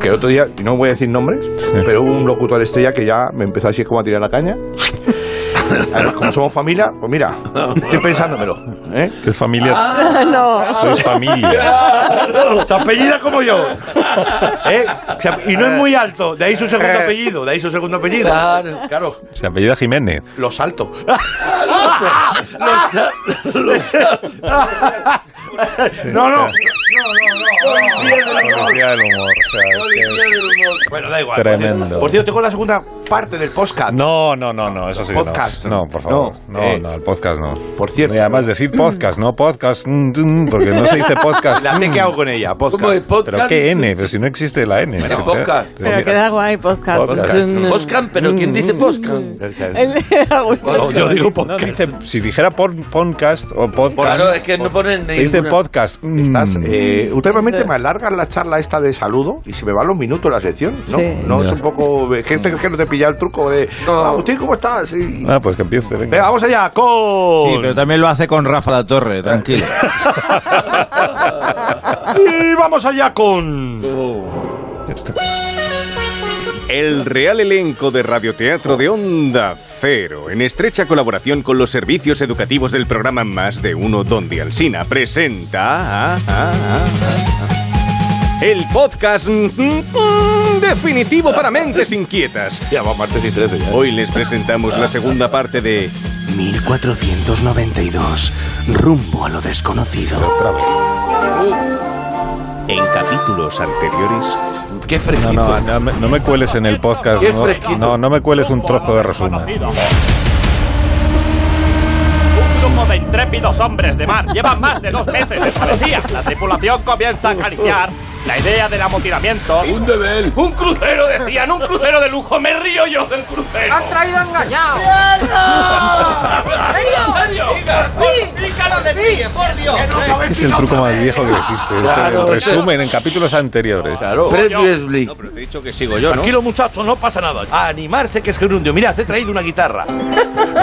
[SPEAKER 7] Que el otro día, y no voy a decir nombres, pero hubo un locutor estrella que ya me empezó así como a tirar la caña. Además, como somos familia, pues mira, estoy pensándomelo. ¿eh?
[SPEAKER 1] Es familia.
[SPEAKER 3] Ah, no.
[SPEAKER 1] Sois familia.
[SPEAKER 4] Se apellida como yo. ¿Eh? Se ape- Y no es muy alto. De ahí su segundo apellido. De ahí su segundo apellido.
[SPEAKER 2] Claro.
[SPEAKER 4] Claro,
[SPEAKER 1] Se apellida Jiménez.
[SPEAKER 4] lo salto. No, no.
[SPEAKER 1] Policía del humor. o sea, es que es-
[SPEAKER 4] Bueno, da igual.
[SPEAKER 1] Tremendo.
[SPEAKER 4] Por cierto, tengo la segunda parte del podcast.
[SPEAKER 1] No, no, no, no, eso sí. que
[SPEAKER 4] Podcast.
[SPEAKER 1] No, no por favor.
[SPEAKER 4] No,
[SPEAKER 1] No,
[SPEAKER 4] eh.
[SPEAKER 1] no, el podcast no.
[SPEAKER 4] Por cierto.
[SPEAKER 1] Y además decir podcast, no podcast, mm, mm, porque no se dice podcast.
[SPEAKER 4] La T
[SPEAKER 1] mm.
[SPEAKER 4] que hago con ella, podcast.
[SPEAKER 2] ¿Cómo es podcast?
[SPEAKER 1] Pero qué N, pero si no existe la N.
[SPEAKER 2] Bueno,
[SPEAKER 1] Sí,
[SPEAKER 2] podcast.
[SPEAKER 1] te- te-
[SPEAKER 3] Pero queda guay, podcast. Pues
[SPEAKER 1] Podcast.
[SPEAKER 2] Poscan, pero ¿quién dice Poscan?
[SPEAKER 3] El de Agustín.
[SPEAKER 4] yo digo
[SPEAKER 1] No,
[SPEAKER 4] podcast.
[SPEAKER 1] dice, si dijera pon- podcast o podcast.
[SPEAKER 2] Claro, es que no ponen
[SPEAKER 1] se dice
[SPEAKER 2] ninguna-
[SPEAKER 1] podcast. mm.
[SPEAKER 7] Estás, eh, últimamente me alargan la charla esta de saludo y se me van los minutos la sección, ¿no?
[SPEAKER 3] Sí.
[SPEAKER 7] No, es
[SPEAKER 1] Ya.
[SPEAKER 7] un poco...
[SPEAKER 4] eh,
[SPEAKER 7] es que- es que no te pilla el truco de... "Ah, Agustín, ¿cómo estás? Y-
[SPEAKER 1] Ah, pues que empiece. Venga.
[SPEAKER 4] Venga, vamos allá con.
[SPEAKER 5] Sí, pero también lo hace con Rafa La Torre, tranquilo.
[SPEAKER 4] Y vamos allá con.
[SPEAKER 10] El Real Elenco de Radioteatro de Onda Cero, en estrecha colaboración con los servicios educativos del programa Más de Uno, donde Alsina presenta. ah, ah, ah, ah, el podcast mm, definitivo para mentes inquietas.
[SPEAKER 7] Ya va martes y 13 ya.
[SPEAKER 10] Hoy les presentamos la segunda parte de 1492, rumbo a lo desconocido. En capítulos anteriores,
[SPEAKER 2] Qué
[SPEAKER 1] No,
[SPEAKER 2] fresquito.
[SPEAKER 1] Mm. no, no, me- no me cueles en el podcast.
[SPEAKER 2] Qué
[SPEAKER 1] no-
[SPEAKER 2] fresquito.
[SPEAKER 1] No, no me cueles un trozo de resumen.
[SPEAKER 11] Un grupo de intrépidos hombres de mar llevan más de dos meses de travesía. La tripulación comienza a acariciar la idea del amotinamiento. ¡Un deber! ¡Un crucero! Decían, un crucero de lujo. Me río yo del crucero. ¡Han traído engañado! ¡En serio!
[SPEAKER 1] Es que Este es el truco más viejo que existe. Este el resumen en capítulos anteriores.
[SPEAKER 2] Premio Slick.
[SPEAKER 10] pero te he dicho que sigo yo, ¿no?
[SPEAKER 4] Tranquilo, muchachos, no pasa nada. A animarse, que es gerundio. Mirad, he traído una guitarra.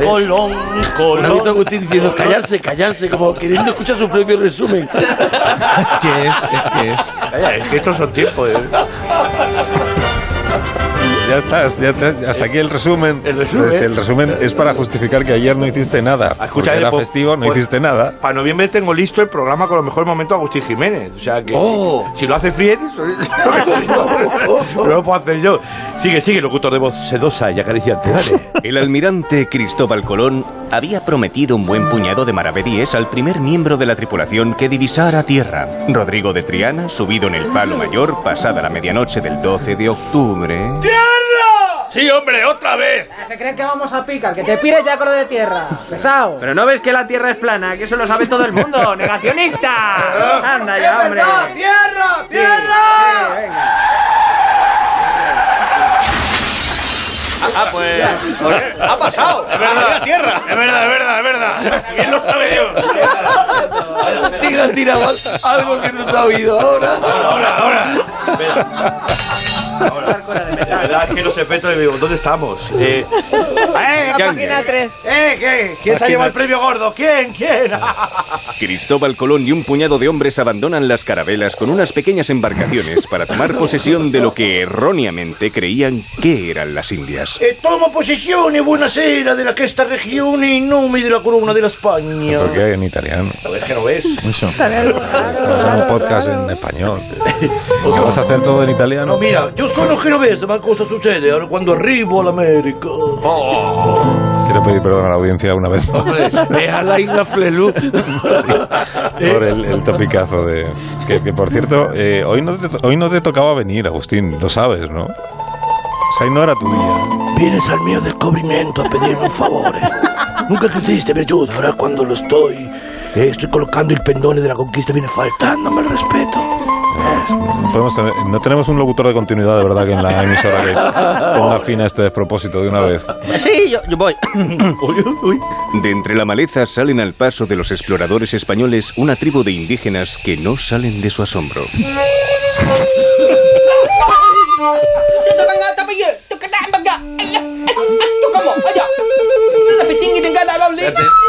[SPEAKER 4] Colón,
[SPEAKER 2] Me ha visto
[SPEAKER 4] colón.
[SPEAKER 2] Agustín diciendo callarse, callarse, como queriendo escuchar su propio resumen.
[SPEAKER 5] ¿Qué es? ¿Qué- ¿Qué es?
[SPEAKER 4] Vaya, es que estos son tiempos. eh.
[SPEAKER 1] Ya estás, ya te- hasta aquí el resumen.
[SPEAKER 4] El resumen.
[SPEAKER 1] Pues el resumen es para justificar que ayer no hiciste nada.
[SPEAKER 2] Ah,
[SPEAKER 1] Porque
[SPEAKER 4] Escucha, eh,
[SPEAKER 1] era
[SPEAKER 4] po-
[SPEAKER 1] festivo, no
[SPEAKER 4] po-
[SPEAKER 1] hiciste nada.
[SPEAKER 4] Para noviembre tengo listo el programa con los mejores momentos de Agustín Jiménez. O sea que
[SPEAKER 2] Oh.
[SPEAKER 4] si lo hace Friel, no lo puedo hacer yo. Sigue, sigue, locutor de voz sedosa y acariciante. Dale.
[SPEAKER 10] El almirante Cristóbal Colón había prometido un buen puñado de maravedíes al primer miembro de la tripulación que divisara tierra, Rodrigo de Triana, subido en el palo mayor pasada la medianoche del 12 de octubre.
[SPEAKER 11] ¡Sí, hombre, otra vez!
[SPEAKER 12] Se creen que vamos a picar, que te pires ya con lo de tierra. Pesado.
[SPEAKER 11] Pero no ves que la Tierra es plana, que eso lo sabe todo el mundo. ¡Negacionista! ¡Anda ya, hombre!
[SPEAKER 12] ¡Tierra!
[SPEAKER 11] Ah, pues. ¡Ha pasado! ¡Es verdad! la Tierra! ¡Es verdad, es verdad, es verdad! ¿Quién lo sabe yo?
[SPEAKER 2] Agustín ha tirado al- algo que no te ha oído ahora.
[SPEAKER 4] Ahora, ahora. La verdad es que los efectos de ¿dónde estamos? Eh, eh,
[SPEAKER 3] La página 3.
[SPEAKER 4] eh, ¿qué? ¿Quién se ha llevado el premio gordo? ¿Quién? ¿Quién?
[SPEAKER 10] Cristóbal Colón y un puñado de hombres abandonan las carabelas con unas pequeñas embarcaciones para tomar posesión de lo que erróneamente creían que eran las Indias.
[SPEAKER 4] tomo posesión y buenas era de la que esta región y nombre de la corona de la España.
[SPEAKER 1] Porque en italiano.
[SPEAKER 4] Es que no ves.
[SPEAKER 5] Eso.
[SPEAKER 1] Vamos a un podcast en español. ¿Qué vas a hacer todo en
[SPEAKER 4] No,
[SPEAKER 1] italiano?
[SPEAKER 4] mira, yo soy los genoveses, más cosas sucede ahora cuando arribo a la América.
[SPEAKER 1] Quiero pedir perdón a la audiencia una vez más
[SPEAKER 2] Hombre, ve a la isla Flelu.
[SPEAKER 1] por el, el topicazo de. Que, que, por cierto, eh, hoy, no te, hoy no te tocaba venir, Agustín, lo sabes, ¿no? O sea, hoy no era tu día.
[SPEAKER 4] Vienes al mío descubrimiento a pedirme un favor. Nunca quisiste mi ayuda, ahora cuando lo estoy,
[SPEAKER 13] eh, estoy colocando el pendón de la conquista, viene faltándome el respeto.
[SPEAKER 1] Podemos tener- no tenemos un locutor de continuidad, de verdad, que en la emisora que ponga fin a este despropósito de una vez.
[SPEAKER 14] Eh,
[SPEAKER 13] Sí, yo, yo voy.
[SPEAKER 10] De entre la maleza salen al paso de los exploradores españoles una tribu de indígenas que no salen de su asombro.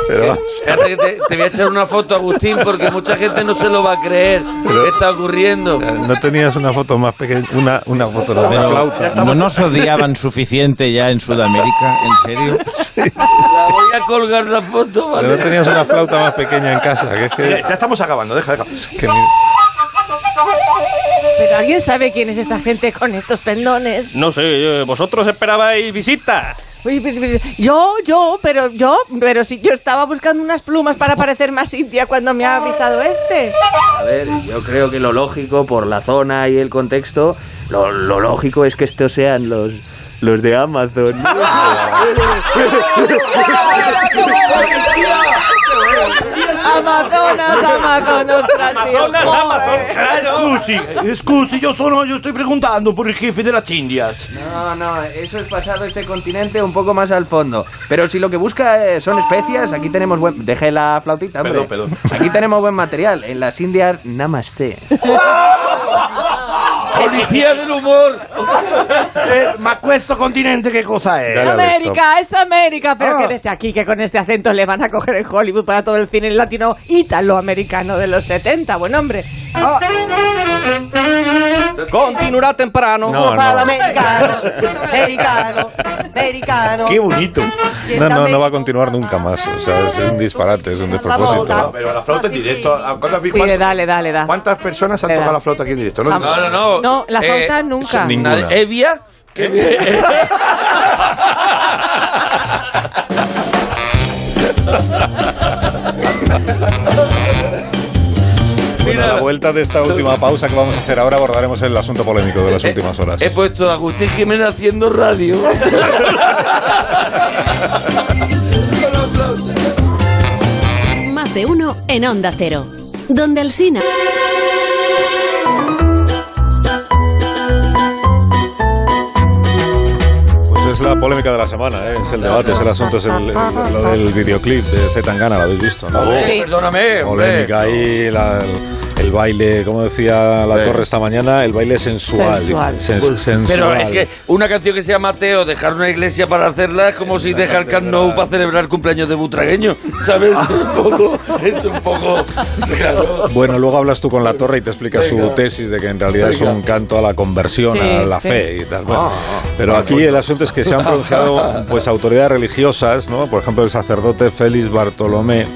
[SPEAKER 2] Pero, Espérate que te, te voy a echar una foto, Agustín, porque mucha gente no se lo va a creer. ¿Qué está ocurriendo?
[SPEAKER 1] No tenías una foto más pequeña, una, una foto de una
[SPEAKER 5] Pero,
[SPEAKER 1] flauta.
[SPEAKER 5] ¿No nos odiaban suficiente ya en Sudamérica? ¿En serio?
[SPEAKER 2] La voy a colgar la foto, ¿vale?
[SPEAKER 1] Pero no tenías una flauta más pequeña en casa. Que es que,
[SPEAKER 4] Eh, Ya estamos acabando, deja, deja.
[SPEAKER 1] que mi-
[SPEAKER 3] Pero alguien sabe quién es esta gente con estos pendones.
[SPEAKER 11] No sé, eh, vosotros esperabais visita.
[SPEAKER 3] Uy, pero- pero- Yo, yo, pero yo, pero si yo estaba buscando unas plumas para parecer más india cuando me ha avisado este.
[SPEAKER 14] A ver, yo creo que lo lógico, por la zona y el contexto, lo, lo lógico es que estos sean los, los de Amazon.
[SPEAKER 3] Amazonas, Amazonas,
[SPEAKER 13] Amazonas, Amazon,
[SPEAKER 3] claro.
[SPEAKER 13] Scusi, scusi, eh. yo sono, yo estoy preguntando por el jefe de las Indias.
[SPEAKER 14] No, no, eso es pasado este continente un poco más al fondo. Pero si lo que busca eh, son especias, aquí tenemos buen... Deje la flautita, hombre.
[SPEAKER 4] Perdón,
[SPEAKER 14] Aquí tenemos buen material. En las Indias, namaste.
[SPEAKER 2] ¡Policía del humor!
[SPEAKER 13] ma questo Eh, continente che cosa è?
[SPEAKER 3] América, es América, pero
[SPEAKER 13] Ah.
[SPEAKER 3] quédese aquí que con este acento le van a coger en Hollywood para todo el cine latino italoamericano de los 70, buen hombre.
[SPEAKER 1] Ah.
[SPEAKER 3] Ah,
[SPEAKER 15] Continuará temprano.
[SPEAKER 1] No, no.
[SPEAKER 3] Americano, americano, americano.
[SPEAKER 1] Qué bonito. No, no, no va a continuar nunca más. O sea, es un disparate, es un despropósito.
[SPEAKER 7] Pero la flauta en directo. ¿a ¿Cuántas,
[SPEAKER 3] Sí, le da, le da, le da.
[SPEAKER 7] cuántas personas han
[SPEAKER 3] Le da.
[SPEAKER 7] tocado la flauta aquí en directo?
[SPEAKER 2] Ah.
[SPEAKER 3] No, no, no. No, la flauta nunca.
[SPEAKER 7] ninguna.
[SPEAKER 2] ¿Evia? ¿Qué
[SPEAKER 1] Pues Bueno, a la vuelta de esta última pausa que vamos a hacer ahora abordaremos el asunto polémico de las últimas horas.
[SPEAKER 2] eh, He puesto a Agustín Jiménez haciendo radio.
[SPEAKER 9] Más de uno en Onda Cero. Donde Alsina.
[SPEAKER 1] Pues es la polémica de la semana, ¿eh? es el debate, es el asunto, es el, el- lo del videoclip de Zetangana, lo habéis visto, ¿no?
[SPEAKER 2] Oh, Sí. perdóname, hombre.
[SPEAKER 1] Polémica ahí, la- el baile, como decía la
[SPEAKER 2] Sí.
[SPEAKER 1] Torre esta mañana, el baile sensual. dice, sen- sensual.
[SPEAKER 2] Pero es que una canción que se llama Teo, dejar una iglesia para hacerla es como si dejar Camp Nou para celebrar el cumpleaños de Butragueño. ¿Sabes? Es un poco. Es un poco. claro.
[SPEAKER 1] Bueno, luego hablas tú con la Torre y te explica su tesis de que en realidad es un canto a la conversión,
[SPEAKER 7] Sí,
[SPEAKER 1] a la
[SPEAKER 7] sí.
[SPEAKER 1] fe y tal. Bueno,
[SPEAKER 7] Ah, ah.
[SPEAKER 1] pero aquí el asunto es que se han pronunciado pues autoridades religiosas, ¿no? Por ejemplo, el sacerdote Félix Bartolomé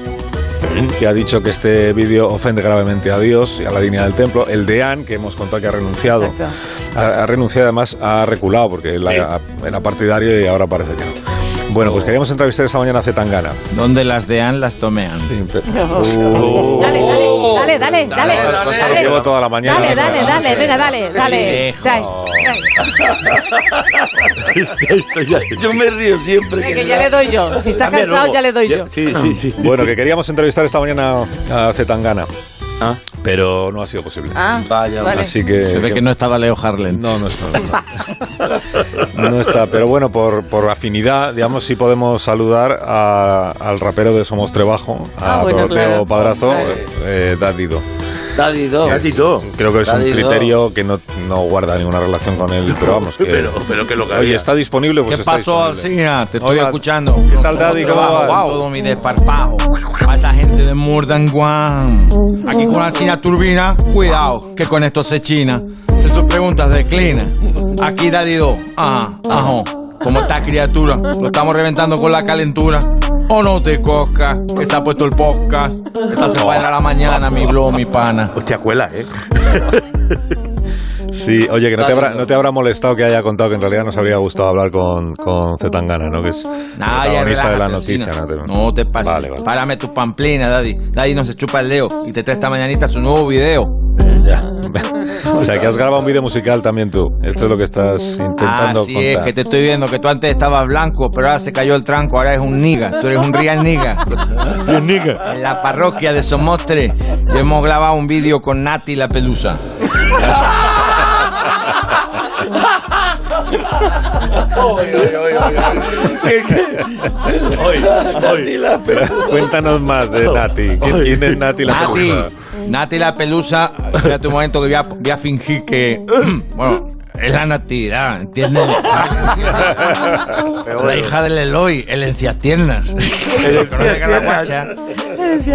[SPEAKER 1] que ha dicho que este vídeo ofende gravemente a Dios y a la dignidad del templo. El deán, que hemos contado que ha renunciado, ha, ha renunciado además, ha reculado porque la- era partidario y ahora parece que no. Bueno,
[SPEAKER 7] Oh.
[SPEAKER 1] pues queríamos entrevistar esta mañana a Zetangana.
[SPEAKER 5] Donde las dean, las tomean.
[SPEAKER 7] Oh.
[SPEAKER 1] Uh.
[SPEAKER 2] Oh.
[SPEAKER 3] Dale, dale, dale.
[SPEAKER 1] Dale, dale. Llevo toda la mañana.
[SPEAKER 3] Dale, dale, dale, venga, dale, dale.
[SPEAKER 1] Hijo.
[SPEAKER 3] Dale.
[SPEAKER 2] Yo me río siempre.
[SPEAKER 3] Venga, ya le doy yo. Si está
[SPEAKER 1] También
[SPEAKER 3] cansado,
[SPEAKER 1] luego.
[SPEAKER 3] ya le doy yo.
[SPEAKER 1] Bueno, que queríamos entrevistar esta mañana a Zetangana. Pero no ha sido posible.
[SPEAKER 3] Ah, Vaya, vale.
[SPEAKER 1] Así que.
[SPEAKER 5] Se ve que no estaba Leo Harlan.
[SPEAKER 1] No, no está. No está, pero bueno, por, por afinidad, digamos, sí podemos saludar a- al rapero de Somos Trebajo, a
[SPEAKER 2] Ah, bueno,
[SPEAKER 1] Doroteo
[SPEAKER 2] claro.
[SPEAKER 1] Padrazo,
[SPEAKER 2] Claro.
[SPEAKER 1] eh, Dadido.
[SPEAKER 2] Daddy Do.
[SPEAKER 1] Creo que es un
[SPEAKER 2] Daddy Do.
[SPEAKER 1] criterio que no, no guarda ninguna relación con él, pero vamos. Que,
[SPEAKER 4] Pero- pero que lo que
[SPEAKER 1] Oye,
[SPEAKER 4] había.
[SPEAKER 1] está disponible, pues
[SPEAKER 5] ¿Qué
[SPEAKER 1] está
[SPEAKER 5] pasó,
[SPEAKER 1] disponible.
[SPEAKER 5] Alcina? Te estoy
[SPEAKER 1] Hola.
[SPEAKER 5] escuchando.
[SPEAKER 1] ¿Qué tal, Daddy? ¿Cómo
[SPEAKER 5] Trabajo,
[SPEAKER 1] vas?
[SPEAKER 5] Todo mi desparpajo. A esa gente de More Than One. Aquí con Alcina Turbina, cuidado, que con esto se china. Se sus preguntas declina. Aquí Daddy 2, ajá, ajá. Como está criatura, lo estamos reventando con la calentura. O no te cosca, que se ha puesto el podcast. Esta se para la mañana, mi blog, mi pana.
[SPEAKER 4] Hostia, cuela, ¿eh?
[SPEAKER 1] Sí, oye, que no te, habrá, no te habrá molestado que haya contado que en realidad nos habría gustado hablar con, con Zetangana, ¿no? Que es
[SPEAKER 5] Nah, ya
[SPEAKER 1] protagonista de la
[SPEAKER 5] relájate,
[SPEAKER 1] noticia.
[SPEAKER 5] Sina.
[SPEAKER 1] No te,
[SPEAKER 5] No te pases.
[SPEAKER 1] Vale, vale.
[SPEAKER 5] Párame tu pamplina, Daddy. Daddy no se chupa el dedo y te trae esta mañanita su nuevo video.
[SPEAKER 1] Ya. O sea, que has grabado un vídeo musical también tú. Esto es lo que estás intentando
[SPEAKER 5] Así Ah, es,
[SPEAKER 1] contar.
[SPEAKER 5] que te estoy viendo que tú antes estabas blanco, pero ahora se cayó el tranco, ahora es un niga. Tú eres un real niga.
[SPEAKER 1] Un niga.
[SPEAKER 5] En la parroquia de Somostre ya hemos grabado un vídeo con Nati la pelusa.
[SPEAKER 1] Pero cuéntanos más de Nati. ¿Quién, quién es Nati la
[SPEAKER 5] Nati,
[SPEAKER 1] famosa?
[SPEAKER 5] Nati la pelusa, espérate un momento que voy a, voy a fingir que. Bueno, es la natividad, ¿entiendes? La hija del Eloy, el encias tiernas. Se conoce que la guacha.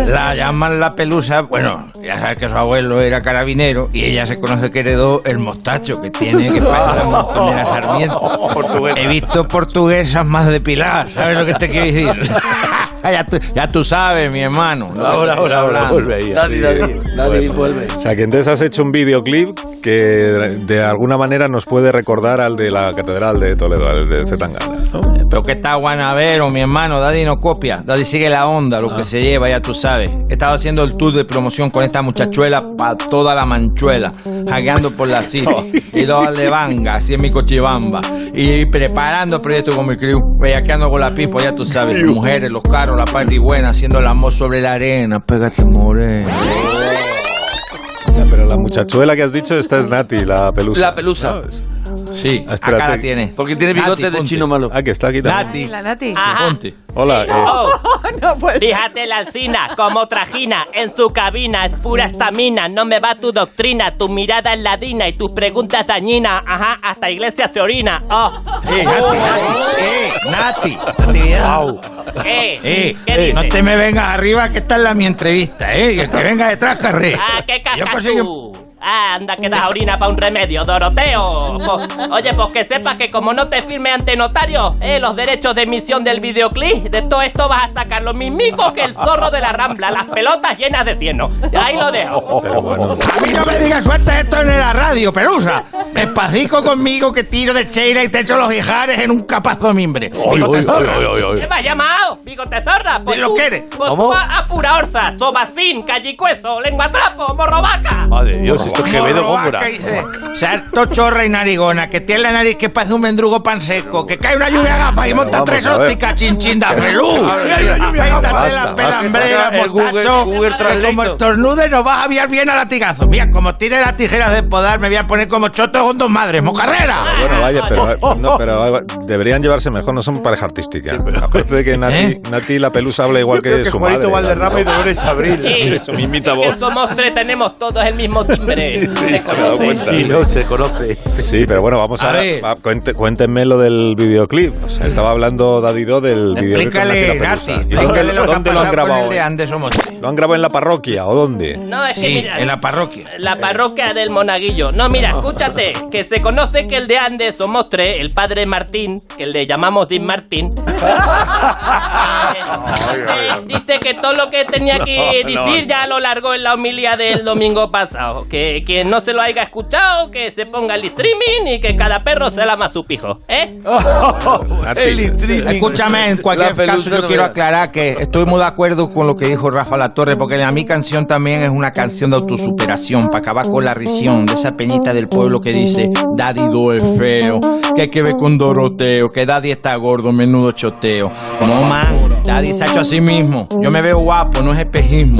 [SPEAKER 5] La llaman la pelusa, bueno, ya sabes que su abuelo era carabinero y ella se conoce que heredó el mostacho que tiene que parece un montón de la sarmiento. He visto portuguesas más depiladas, ¿sabes lo que te quiero decir? ya, tú, ya tú sabes, mi hermano.
[SPEAKER 1] Ahora, ahora, ahora, vuelve Pues ahí, Daddy, así. Daddy, Daddy,
[SPEAKER 14] vuelve.
[SPEAKER 1] O sea, que entonces has hecho un videoclip que de alguna manera nos puede recordar al de la Catedral de Toledo, al de Zetangana.
[SPEAKER 5] Pero que está guanabero, mi hermano. Daddy no copia. Daddy sigue la onda,
[SPEAKER 2] Ah.
[SPEAKER 5] lo que se lleva, ya tú sabes. He estado haciendo el tour de promoción con esta muchachuela para toda la manchuela. Hagando por la city. y dos al de banga, así en mi cochibamba. Y preparando proyectos con mi crew. Bellaqueando con la pipo, ya tú sabes. Las mujeres, los carros, la party buena. Haciendo el amor sobre la arena. Pégate, morena.
[SPEAKER 1] Ya, pero la muchachuela que has dicho, esta es Nati, la pelusa.
[SPEAKER 2] La pelusa.
[SPEAKER 5] Sí,
[SPEAKER 1] Ah,
[SPEAKER 2] acá la
[SPEAKER 5] tiene.
[SPEAKER 2] Porque tiene bigote de chino malo.
[SPEAKER 1] Ah, que está aquí
[SPEAKER 2] Nati.
[SPEAKER 1] también.
[SPEAKER 3] La Nati.
[SPEAKER 16] Ah.
[SPEAKER 3] Oh,
[SPEAKER 1] Hola. eh,
[SPEAKER 16] Oh, Fíjate la alcina, como trajina, en su cabina es pura estamina, no me va tu doctrina, tu mirada es ladina y tus preguntas dañinas, ajá, hasta iglesia se orina, oh.
[SPEAKER 5] Eh, Nati, Nati, eh, Nati, actividad.
[SPEAKER 16] Eh,
[SPEAKER 5] Eh,
[SPEAKER 16] ¿qué
[SPEAKER 5] eh,
[SPEAKER 16] dices?
[SPEAKER 5] no te me vengas arriba, que esta es la mi entrevista, ¿eh? Y el que venga detrás, carré.
[SPEAKER 16] Ah, qué
[SPEAKER 5] Yo
[SPEAKER 16] cascas
[SPEAKER 5] consigo-
[SPEAKER 16] tú. Ah, anda, que das orina para un remedio, Doroteo. Po- oye, pues que sepas que como no te firme ante notario eh, los derechos de emisión del videoclip, de todo esto vas a sacar lo mismico que el zorro de la rambla, las pelotas llenas de cieno. Ahí lo dejo.
[SPEAKER 2] Oh.
[SPEAKER 5] A mí no me digas suelta esto en la radio, Perusa. Despacito conmigo que tiro de cheira y te echo los hijares en un capazo de mimbre.
[SPEAKER 2] Oh.
[SPEAKER 7] Oy,
[SPEAKER 5] Digo,
[SPEAKER 7] oy,
[SPEAKER 5] te sobra.
[SPEAKER 7] oy, oy, oy.
[SPEAKER 16] ¿Qué me has llamado? Bigote zorra. Pues
[SPEAKER 5] ¿De lo
[SPEAKER 16] tú-
[SPEAKER 5] que eres?
[SPEAKER 16] Pues
[SPEAKER 5] ¿Cómo?
[SPEAKER 16] tú a, a pura orza, sobacín, callicuezo, lengua trapo, morro vaca.
[SPEAKER 4] Madre de Dios, esto es Quevedo
[SPEAKER 5] Morro,
[SPEAKER 4] Góngora.
[SPEAKER 5] vaca, dice. O sea, harto chorra y narigona, que tiene la nariz que parece un mendrugo pan seco, que cae una lluvia gafa y monta
[SPEAKER 1] Vamos
[SPEAKER 5] tres
[SPEAKER 1] a ver.
[SPEAKER 5] ópticas chinchinda, pelú. Afeítate la
[SPEAKER 1] Basta, basta.
[SPEAKER 5] pelambrera,
[SPEAKER 1] El Google-
[SPEAKER 5] mostacho,
[SPEAKER 1] Google
[SPEAKER 5] que como estornude nos vas a aviar bien a latigazo. Mira, como tire las tijeras de podar, me voy a poner como choto con dos madres, mocarrera.
[SPEAKER 1] Bueno, vaya, pero, no, pero deberían llevarse mejor, no son pareja artística. Aparte de que Nati,
[SPEAKER 2] ¿Eh?
[SPEAKER 1] Nati la pelusa habla igual que, su madre.
[SPEAKER 4] Valderrama y Dolores Abril.
[SPEAKER 16] Sí.
[SPEAKER 1] Eso me imita a
[SPEAKER 16] Que
[SPEAKER 1] vos.
[SPEAKER 16] somos tres, tenemos todos el mismo timbre. ¿Te conoces?
[SPEAKER 4] Sí, no se conoce.
[SPEAKER 1] Sí, pero bueno, vamos a, ver. cuéntenme lo del videoclip. O sea, estaba hablando Dadido del videoclip. con
[SPEAKER 5] Explícale,
[SPEAKER 1] Nati la
[SPEAKER 5] Nati,
[SPEAKER 1] Pelusa. ¿Y
[SPEAKER 5] explícale lo que ha
[SPEAKER 1] dónde lo
[SPEAKER 5] pasado
[SPEAKER 1] han
[SPEAKER 5] con
[SPEAKER 1] grabado?
[SPEAKER 5] el de Andes Somos.
[SPEAKER 1] ¿Lo han grabado en la parroquia o dónde?
[SPEAKER 16] No, es que
[SPEAKER 5] Sí,
[SPEAKER 16] mira,
[SPEAKER 5] en la parroquia.
[SPEAKER 16] la parroquia del monaguillo. No,
[SPEAKER 17] Ah.
[SPEAKER 16] mira, escúchate, que se conoce que el de Andes somos tres, el padre Martín, que le llamamos Din Martín, Ah, eh, dice que todo lo que tenía que
[SPEAKER 8] No,
[SPEAKER 16] decir
[SPEAKER 8] no.
[SPEAKER 16] ya lo largó en la homilía del domingo pasado. Que quien no se lo haya escuchado, que se ponga el streaming y que cada perro se lama su pijo. ¿Eh?
[SPEAKER 17] Oh.
[SPEAKER 1] Ah.
[SPEAKER 5] Escúchame, en cualquier caso yo quiero aclarar que estoy muy de acuerdo con lo que dijo Rafa La Torre, porque la mi canción también es una canción de autosuperación, para acabar con la risión de esa peñita del pueblo que dice, Daddy Do es feo, que hay que ver con Doroteo, que Daddy está gordo, menudo choteo. No man, Daddy se ha hecho a sí mismo, yo me veo guapo, no es espejismo.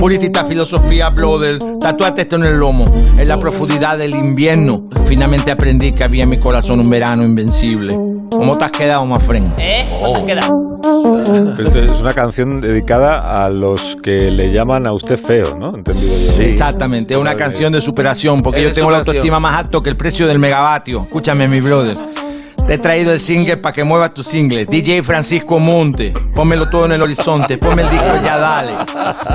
[SPEAKER 5] Puritita filosofía, brother, tatuate esto en el lomo, en la profundidad del invierno. Finalmente aprendí que había en mi corazón un verano invencible. ¿Cómo te has quedado, más friend?
[SPEAKER 16] ¿Eh? ¿Cómo te has quedado?
[SPEAKER 1] Pero esto es una canción dedicada a los que le llaman a usted feo, ¿no? Entendido yo.
[SPEAKER 5] Exactamente, es una canción de superación, porque
[SPEAKER 1] Es
[SPEAKER 5] yo
[SPEAKER 1] de
[SPEAKER 5] tengo la
[SPEAKER 1] superación.
[SPEAKER 5] autoestima más alto que el precio del megavatio. Escúchame, mi brother. Te he traído el single para que muevas tu single. DJ Francisco Monte, pónmelo todo en el horizonte, ponme el disco y ya dale.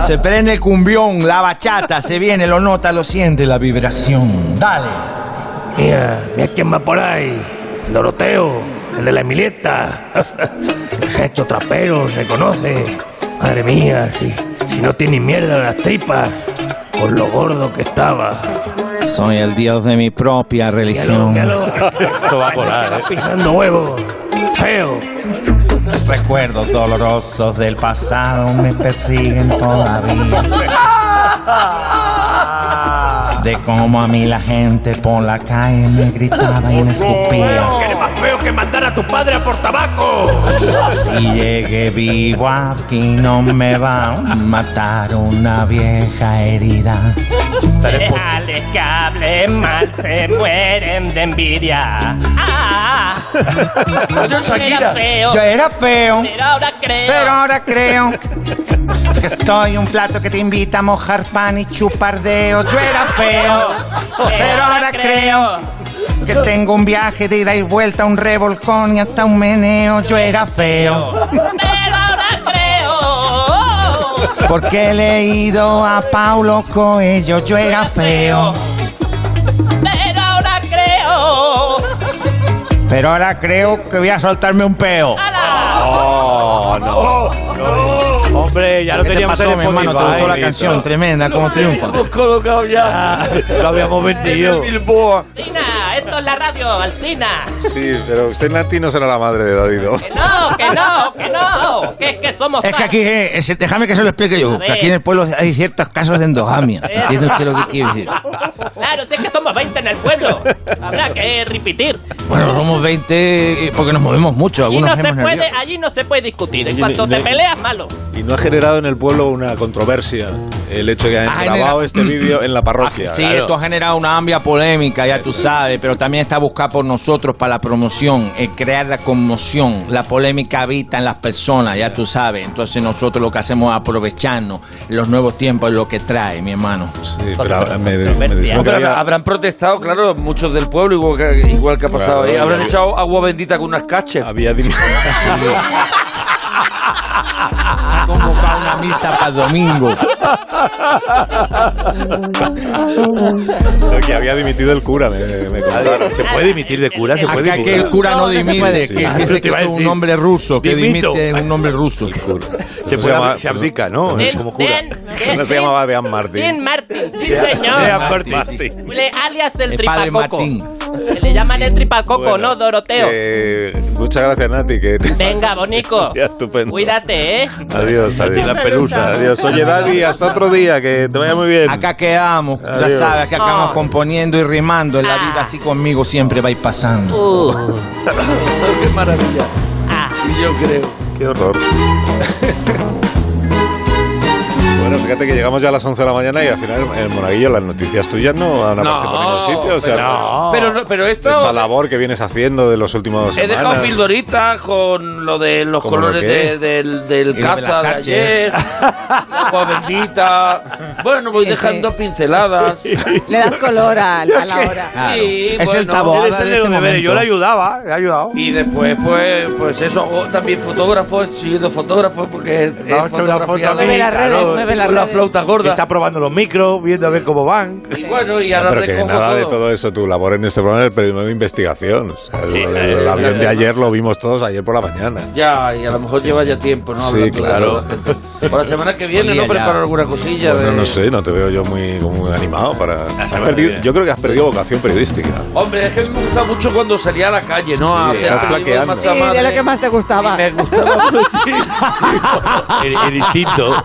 [SPEAKER 5] Se prende el cumbión, la bachata, se viene, lo nota, lo siente, la vibración. Dale.
[SPEAKER 17] Mira, mira quién va por ahí. El Doroteo, el de la Emilieta. Estos traperos se conoce. Madre mía, si, si no tiene mierda en las tripas, por lo gordo que estaba.
[SPEAKER 5] Soy el dios de mi propia religión.
[SPEAKER 4] Esto va a colar, ¿eh?
[SPEAKER 17] Pisando huevos. Feo.
[SPEAKER 5] Recuerdos dolorosos del pasado me persiguen todavía.
[SPEAKER 4] Ah.
[SPEAKER 5] De cómo a mí la gente por la calle me gritaba y me escupía.
[SPEAKER 17] Que eres más feo que mandar a tu padre a por tabaco.
[SPEAKER 5] Si llegué vivo aquí no me va a matar una vieja herida.
[SPEAKER 16] Déjales que hablen mal, se mueren de envidia. ¡Ah! Era feo.
[SPEAKER 5] Yo era feo,
[SPEAKER 16] Pero ahora creo.
[SPEAKER 5] pero ahora creo que soy un plato que te invita a mojar pan y chupar dedos. Yo era feo, pero ahora creo que tengo un viaje de ida y vuelta, un revolcón y hasta un meneo. Yo era feo.
[SPEAKER 16] Pero ahora creo.
[SPEAKER 5] Porque he leído a Paulo Coelho, yo era feo.
[SPEAKER 16] Pero ahora creo.
[SPEAKER 5] Pero ahora creo que voy a soltarme un peo.
[SPEAKER 1] Ah,
[SPEAKER 4] Oh, no. Hombre, ya lo
[SPEAKER 5] ¿Qué te
[SPEAKER 4] teníamos
[SPEAKER 5] pasó,
[SPEAKER 4] en
[SPEAKER 5] mi hermano? ¿Te
[SPEAKER 4] Spotify,
[SPEAKER 5] gustó la
[SPEAKER 4] listo.
[SPEAKER 5] canción? Tremenda, como triunfa.
[SPEAKER 2] Hemos colocado ya.
[SPEAKER 1] Ah,
[SPEAKER 4] Lo habíamos vendido.
[SPEAKER 2] Bilboa.
[SPEAKER 16] Alcina, esto es la radio, Alcina.
[SPEAKER 1] Sí, pero usted Nati no será la madre de Dadido.
[SPEAKER 16] No, que no, que no. Que es que somos.
[SPEAKER 5] Es que aquí, eh, es- déjame que se lo explique yo, que aquí en el pueblo hay ciertos casos de endogamia. ¿Entiende usted lo que quiero decir?
[SPEAKER 16] Claro, si es que somos 20 en el pueblo. Habrá que repetir.
[SPEAKER 5] Bueno, somos 20 eh, porque nos movemos mucho,
[SPEAKER 16] Y
[SPEAKER 5] algunos
[SPEAKER 16] no se
[SPEAKER 5] hemos
[SPEAKER 16] puede, allí no se puede discutir. En
[SPEAKER 1] Oye,
[SPEAKER 16] cuanto
[SPEAKER 1] ne-
[SPEAKER 16] te
[SPEAKER 1] ne-
[SPEAKER 16] peleas, malo.
[SPEAKER 1] Y no ha generado en el pueblo una controversia el hecho de que hayan
[SPEAKER 5] Ha
[SPEAKER 1] grabado
[SPEAKER 5] generado-
[SPEAKER 1] este vídeo en la parroquia.
[SPEAKER 5] Ah, Sí,
[SPEAKER 1] Claro.
[SPEAKER 5] esto ha generado una amplia polémica, ya tú sabes, pero también está buscada por nosotros para la promoción, eh, crear la conmoción. La polémica habita en las personas, ya tú sabes. Entonces nosotros lo que hacemos es aprovecharnos los nuevos tiempos, lo que trae, mi hermano.
[SPEAKER 1] Sí, pero me- me- me-
[SPEAKER 2] Pero habrá- habrán protestado, claro, muchos del pueblo, igual que, igual que ha pasado
[SPEAKER 1] Claro,
[SPEAKER 2] ahí. Habrán
[SPEAKER 1] había-
[SPEAKER 2] echado agua bendita con unas caches.
[SPEAKER 1] Había
[SPEAKER 4] Ah,
[SPEAKER 5] Ha convocado una misa para el domingo.
[SPEAKER 1] que había dimitido el cura, me, me contaron.
[SPEAKER 4] ¿Se puede dimitir de cura? ¿Se puede
[SPEAKER 5] Acá que el cura no dimite, que dice que es un hombre ruso, que
[SPEAKER 4] Dimito.
[SPEAKER 5] dimite es un hombre ruso.
[SPEAKER 4] Se, puede, se abdica, ¿no?
[SPEAKER 1] No,
[SPEAKER 16] Den-
[SPEAKER 1] es como cura.
[SPEAKER 16] den-
[SPEAKER 1] No se
[SPEAKER 16] den-
[SPEAKER 1] llamaba Dean
[SPEAKER 16] Dean
[SPEAKER 1] Martin.
[SPEAKER 16] Martin, sí,
[SPEAKER 1] Dean-
[SPEAKER 16] señor.
[SPEAKER 1] Dean Martin.
[SPEAKER 16] Le, alias el,
[SPEAKER 1] El padre
[SPEAKER 16] tripacoco.
[SPEAKER 1] Martín.
[SPEAKER 16] Que Le llaman el tripacoco,
[SPEAKER 1] Bueno,
[SPEAKER 16] ¿no, Doroteo?
[SPEAKER 1] eh, muchas gracias, Nati. Que
[SPEAKER 16] Venga, Bonico.
[SPEAKER 1] Ya, estupendo.
[SPEAKER 16] Cuídate, ¿eh?
[SPEAKER 1] Adiós, adiós.
[SPEAKER 4] la pelusa.
[SPEAKER 1] Adiós. Oye, Daddy, hasta otro día, que te vaya muy bien.
[SPEAKER 5] Acá quedamos, ya
[SPEAKER 1] Adiós.
[SPEAKER 5] sabes, acá acabamos
[SPEAKER 1] Ah.
[SPEAKER 5] componiendo y rimando. En la vida así conmigo siempre vais pasando.
[SPEAKER 2] ¡Qué maravilla!
[SPEAKER 16] Ah.
[SPEAKER 2] Y yo creo.
[SPEAKER 1] Qué horror. Bueno, fíjate que llegamos ya a las 11 de la mañana y al final el monaguillo, las noticias tuyas no han
[SPEAKER 2] No,
[SPEAKER 1] aparecido por ningún sitio. O sea,
[SPEAKER 2] pero- pero no- pero esto-
[SPEAKER 1] Esa labor que vienes haciendo de los últimos
[SPEAKER 2] He
[SPEAKER 1] semanas.
[SPEAKER 2] dejado pildoritas con lo de los
[SPEAKER 1] ¿Cómo
[SPEAKER 2] colores
[SPEAKER 1] lo qué?
[SPEAKER 2] de- del, del
[SPEAKER 1] Y lo de
[SPEAKER 2] caza
[SPEAKER 1] las
[SPEAKER 2] de ayer,
[SPEAKER 1] carches.
[SPEAKER 2] agua bendita. Bueno, voy dejando pinceladas.
[SPEAKER 3] Le das color a, a la hora.
[SPEAKER 2] bueno.
[SPEAKER 4] Este
[SPEAKER 5] este
[SPEAKER 4] Yo le ayudaba, le he ayudado.
[SPEAKER 2] Y después, pues, pues eso, o también fotógrafo, he sido fotógrafo porque he
[SPEAKER 4] Le ha hecho una foto a
[SPEAKER 2] fotografiado
[SPEAKER 4] mí, claro,
[SPEAKER 2] con la flauta gorda.
[SPEAKER 4] Está probando los micros, viendo a ver cómo van.
[SPEAKER 2] Y bueno, y
[SPEAKER 1] No,
[SPEAKER 2] ahora
[SPEAKER 1] Ah, pero que
[SPEAKER 2] recojo
[SPEAKER 1] nada de
[SPEAKER 2] todo.
[SPEAKER 1] todo eso, tu labor en este programa es el periodismo de investigación. O sea,
[SPEAKER 2] Sí,
[SPEAKER 1] el,
[SPEAKER 2] eh,
[SPEAKER 1] el avión
[SPEAKER 2] eh,
[SPEAKER 1] de ayer lo vimos todos ayer por la mañana.
[SPEAKER 2] Ya, y a lo mejor lleva ya tiempo, ¿no?
[SPEAKER 1] Sí,
[SPEAKER 2] Hablando de
[SPEAKER 1] claro.
[SPEAKER 2] eso la gente. Para la semana que viene,
[SPEAKER 1] Olía
[SPEAKER 2] ¿no?
[SPEAKER 1] ya.
[SPEAKER 2] Preparo alguna cosilla
[SPEAKER 1] Bueno,
[SPEAKER 2] de...
[SPEAKER 1] no sé, no te veo yo muy, muy animado para... Has
[SPEAKER 2] bueno,
[SPEAKER 1] perdido-
[SPEAKER 2] bien.
[SPEAKER 1] yo creo que has perdido vocación periodística.
[SPEAKER 2] Hombre, es que me gusta mucho cuando salía a la calle, ¿no?
[SPEAKER 1] Sí,
[SPEAKER 2] periodismo
[SPEAKER 1] estás
[SPEAKER 2] de
[SPEAKER 1] flaqueando.
[SPEAKER 2] masa
[SPEAKER 1] Sí,
[SPEAKER 3] de
[SPEAKER 2] madre.
[SPEAKER 3] lo que más te gustaba.
[SPEAKER 2] Me gustaba
[SPEAKER 4] El, el instinto.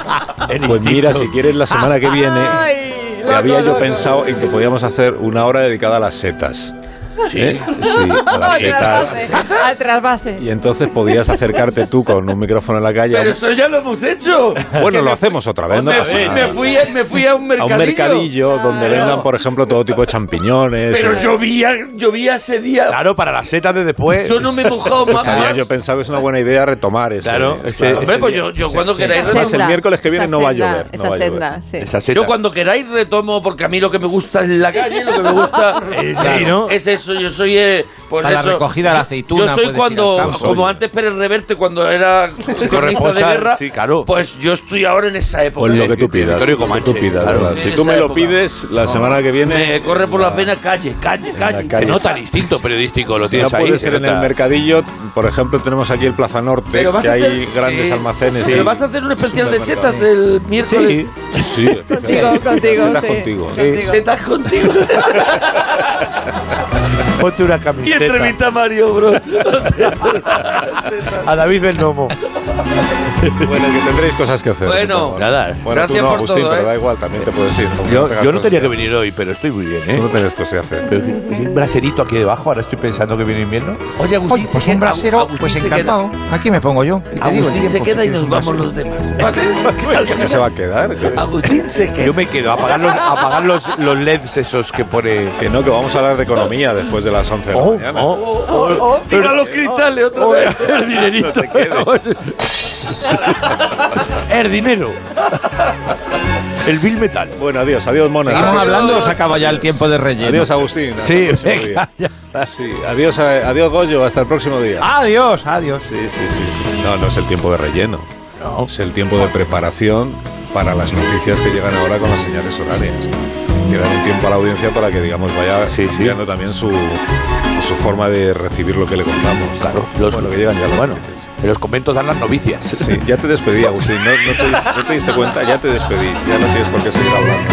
[SPEAKER 4] El
[SPEAKER 1] Pues mira, si quieres la semana que viene,
[SPEAKER 3] Ay,
[SPEAKER 1] que había yo pensado en que podíamos hacer una hora dedicada a las setas. ¿Eh?
[SPEAKER 4] Sí.
[SPEAKER 1] Sí, a las setas.
[SPEAKER 3] Al trasvase.
[SPEAKER 1] Y entonces podías acercarte tú con un micrófono en la calle.
[SPEAKER 2] Pero eso ya lo hemos hecho.
[SPEAKER 1] Bueno, lo hacemos otra vez, no
[SPEAKER 2] me,
[SPEAKER 1] pasa
[SPEAKER 2] fui,
[SPEAKER 1] nada.
[SPEAKER 2] me, fui, a- me fui a un
[SPEAKER 1] A
[SPEAKER 2] mercadillo.
[SPEAKER 1] un mercadillo donde vendan, por ejemplo, todo tipo de champiñones.
[SPEAKER 2] Pero
[SPEAKER 1] eh,
[SPEAKER 2] llovía, llovía ese día.
[SPEAKER 4] Claro, para las setas de después.
[SPEAKER 2] Yo no me he mojado
[SPEAKER 1] Pues
[SPEAKER 2] más.
[SPEAKER 1] había yo pensado que es una buena idea retomar ese.
[SPEAKER 4] Claro, ese-
[SPEAKER 2] Hombre, ese pues día. yo- yo cuando queráis-
[SPEAKER 1] Además,
[SPEAKER 2] Esa
[SPEAKER 1] el
[SPEAKER 2] senda,
[SPEAKER 1] miércoles que viene
[SPEAKER 3] esa
[SPEAKER 1] no va a
[SPEAKER 3] senda,
[SPEAKER 1] llover. no
[SPEAKER 3] esa
[SPEAKER 1] va a llover.
[SPEAKER 3] senda, sí.
[SPEAKER 2] Yo cuando queráis retomo, porque a mí lo que me gusta es la calle, lo que me gusta
[SPEAKER 4] sí, ¿no?
[SPEAKER 2] es eso, yo soy. eh, pues
[SPEAKER 5] Para la
[SPEAKER 2] eso.
[SPEAKER 5] recogida de la aceituna,
[SPEAKER 2] Yo estoy
[SPEAKER 5] puedes ir al
[SPEAKER 2] cuando.
[SPEAKER 5] campo.
[SPEAKER 2] Como antes Pérez Reverte, cuando era cronista de
[SPEAKER 4] Corresponsal,
[SPEAKER 2] guerra.
[SPEAKER 4] sí, claro.
[SPEAKER 2] Pues yo estoy ahora en esa época.
[SPEAKER 1] Pues lo que tú pidas.
[SPEAKER 4] Territorio
[SPEAKER 1] lo que
[SPEAKER 4] Comanche,
[SPEAKER 1] tú pidas,
[SPEAKER 4] claro.
[SPEAKER 1] ¿verdad? Si
[SPEAKER 2] En
[SPEAKER 1] tú me
[SPEAKER 2] esa
[SPEAKER 1] lo
[SPEAKER 2] época.
[SPEAKER 1] pides, la semana que
[SPEAKER 2] Me
[SPEAKER 1] viene.
[SPEAKER 2] corre por las venas, calle, calle, calle.
[SPEAKER 1] calle.
[SPEAKER 4] Se nota el instinto periodístico, lo
[SPEAKER 1] Si no
[SPEAKER 4] tienes ahí.
[SPEAKER 1] puede
[SPEAKER 4] se
[SPEAKER 1] ser en
[SPEAKER 4] nota.
[SPEAKER 1] el mercadillo, por ejemplo, tenemos aquí el Plaza Norte,
[SPEAKER 2] Pero vas
[SPEAKER 1] que
[SPEAKER 2] a
[SPEAKER 1] hay
[SPEAKER 2] hacer-
[SPEAKER 1] grandes
[SPEAKER 2] sí.
[SPEAKER 1] almacenes.
[SPEAKER 2] Pero
[SPEAKER 1] y-
[SPEAKER 2] vas a hacer un especial de
[SPEAKER 1] supermercados.
[SPEAKER 2] setas el miércoles.
[SPEAKER 1] Sí,
[SPEAKER 2] Contigo, contigo,
[SPEAKER 1] Setas
[SPEAKER 2] sí.
[SPEAKER 1] contigo.
[SPEAKER 2] Setas contigo.
[SPEAKER 7] Ponte una
[SPEAKER 2] Y
[SPEAKER 7] camiseta.
[SPEAKER 2] entrevista a Mario, bro.
[SPEAKER 7] A David del Nomo.
[SPEAKER 1] Bueno, que tendréis cosas que hacer.
[SPEAKER 2] Bueno,
[SPEAKER 1] supongo, ¿no?
[SPEAKER 4] nada.
[SPEAKER 1] Bueno,
[SPEAKER 4] Gracias
[SPEAKER 1] tú no,
[SPEAKER 4] por
[SPEAKER 1] Agustín,
[SPEAKER 4] todo,
[SPEAKER 1] pero
[SPEAKER 4] ¿eh?
[SPEAKER 1] da igual, también te puedes ir. como
[SPEAKER 4] Yo,
[SPEAKER 1] tengas
[SPEAKER 4] yo no
[SPEAKER 1] cosas
[SPEAKER 4] tenía que venir hoy, pero estoy muy bien, ¿eh?
[SPEAKER 1] Tú no tienes cosas que hacer.
[SPEAKER 4] Pero que- que un braserito aquí debajo, ahora estoy pensando que viene invierno.
[SPEAKER 2] Oye,
[SPEAKER 5] Oye, pues un brasero, pues
[SPEAKER 2] se
[SPEAKER 5] encantado. Aquí me pongo yo. y te digo el
[SPEAKER 2] Agustín se
[SPEAKER 5] tiempo,
[SPEAKER 2] queda
[SPEAKER 5] si
[SPEAKER 2] y nos
[SPEAKER 5] quieres un
[SPEAKER 2] vamos los
[SPEAKER 5] brasero.
[SPEAKER 2] demás. ¿Vale?
[SPEAKER 1] ¿Qué se va a quedar?
[SPEAKER 2] Agustín se queda.
[SPEAKER 4] Yo me quedo a apagar los, a apagar los, los LEDs esos que pone.
[SPEAKER 1] Que no, que vamos a hablar de economía después de las 11 de la
[SPEAKER 4] Oh,
[SPEAKER 1] mañana.
[SPEAKER 4] oh,
[SPEAKER 2] Tira los cristales otra vez. El dinerito.
[SPEAKER 4] El dinero. El Bill Metal.
[SPEAKER 1] Bueno, adiós, adiós, Mona.
[SPEAKER 5] ¿Seguimos
[SPEAKER 1] Adiós.
[SPEAKER 5] hablando o se acaba ya el tiempo de relleno?
[SPEAKER 1] Adiós, Agustín. Hasta
[SPEAKER 5] Sí,
[SPEAKER 1] el próximo
[SPEAKER 5] venga,
[SPEAKER 1] día. Sí, adiós, eh, adiós, Goyo. Hasta el próximo día.
[SPEAKER 5] Ah. Adiós, adiós.
[SPEAKER 1] Sí, sí, sí, sí. No, no es el tiempo de relleno. Es el tiempo de preparación para las noticias que llegan ahora con las señales horarias. Que dan un tiempo a la audiencia para que, digamos, vaya cambiando también su, su forma de recibir lo que le contamos. Claro, bueno, que llegan ya las
[SPEAKER 4] Bueno,
[SPEAKER 1] noticias.
[SPEAKER 4] en los conventos dan las novicias.
[SPEAKER 1] Sí, ya te despedí, Agustín. No, no te, no te diste cuenta, ya te despedí. Ya no tienes por qué seguir hablando.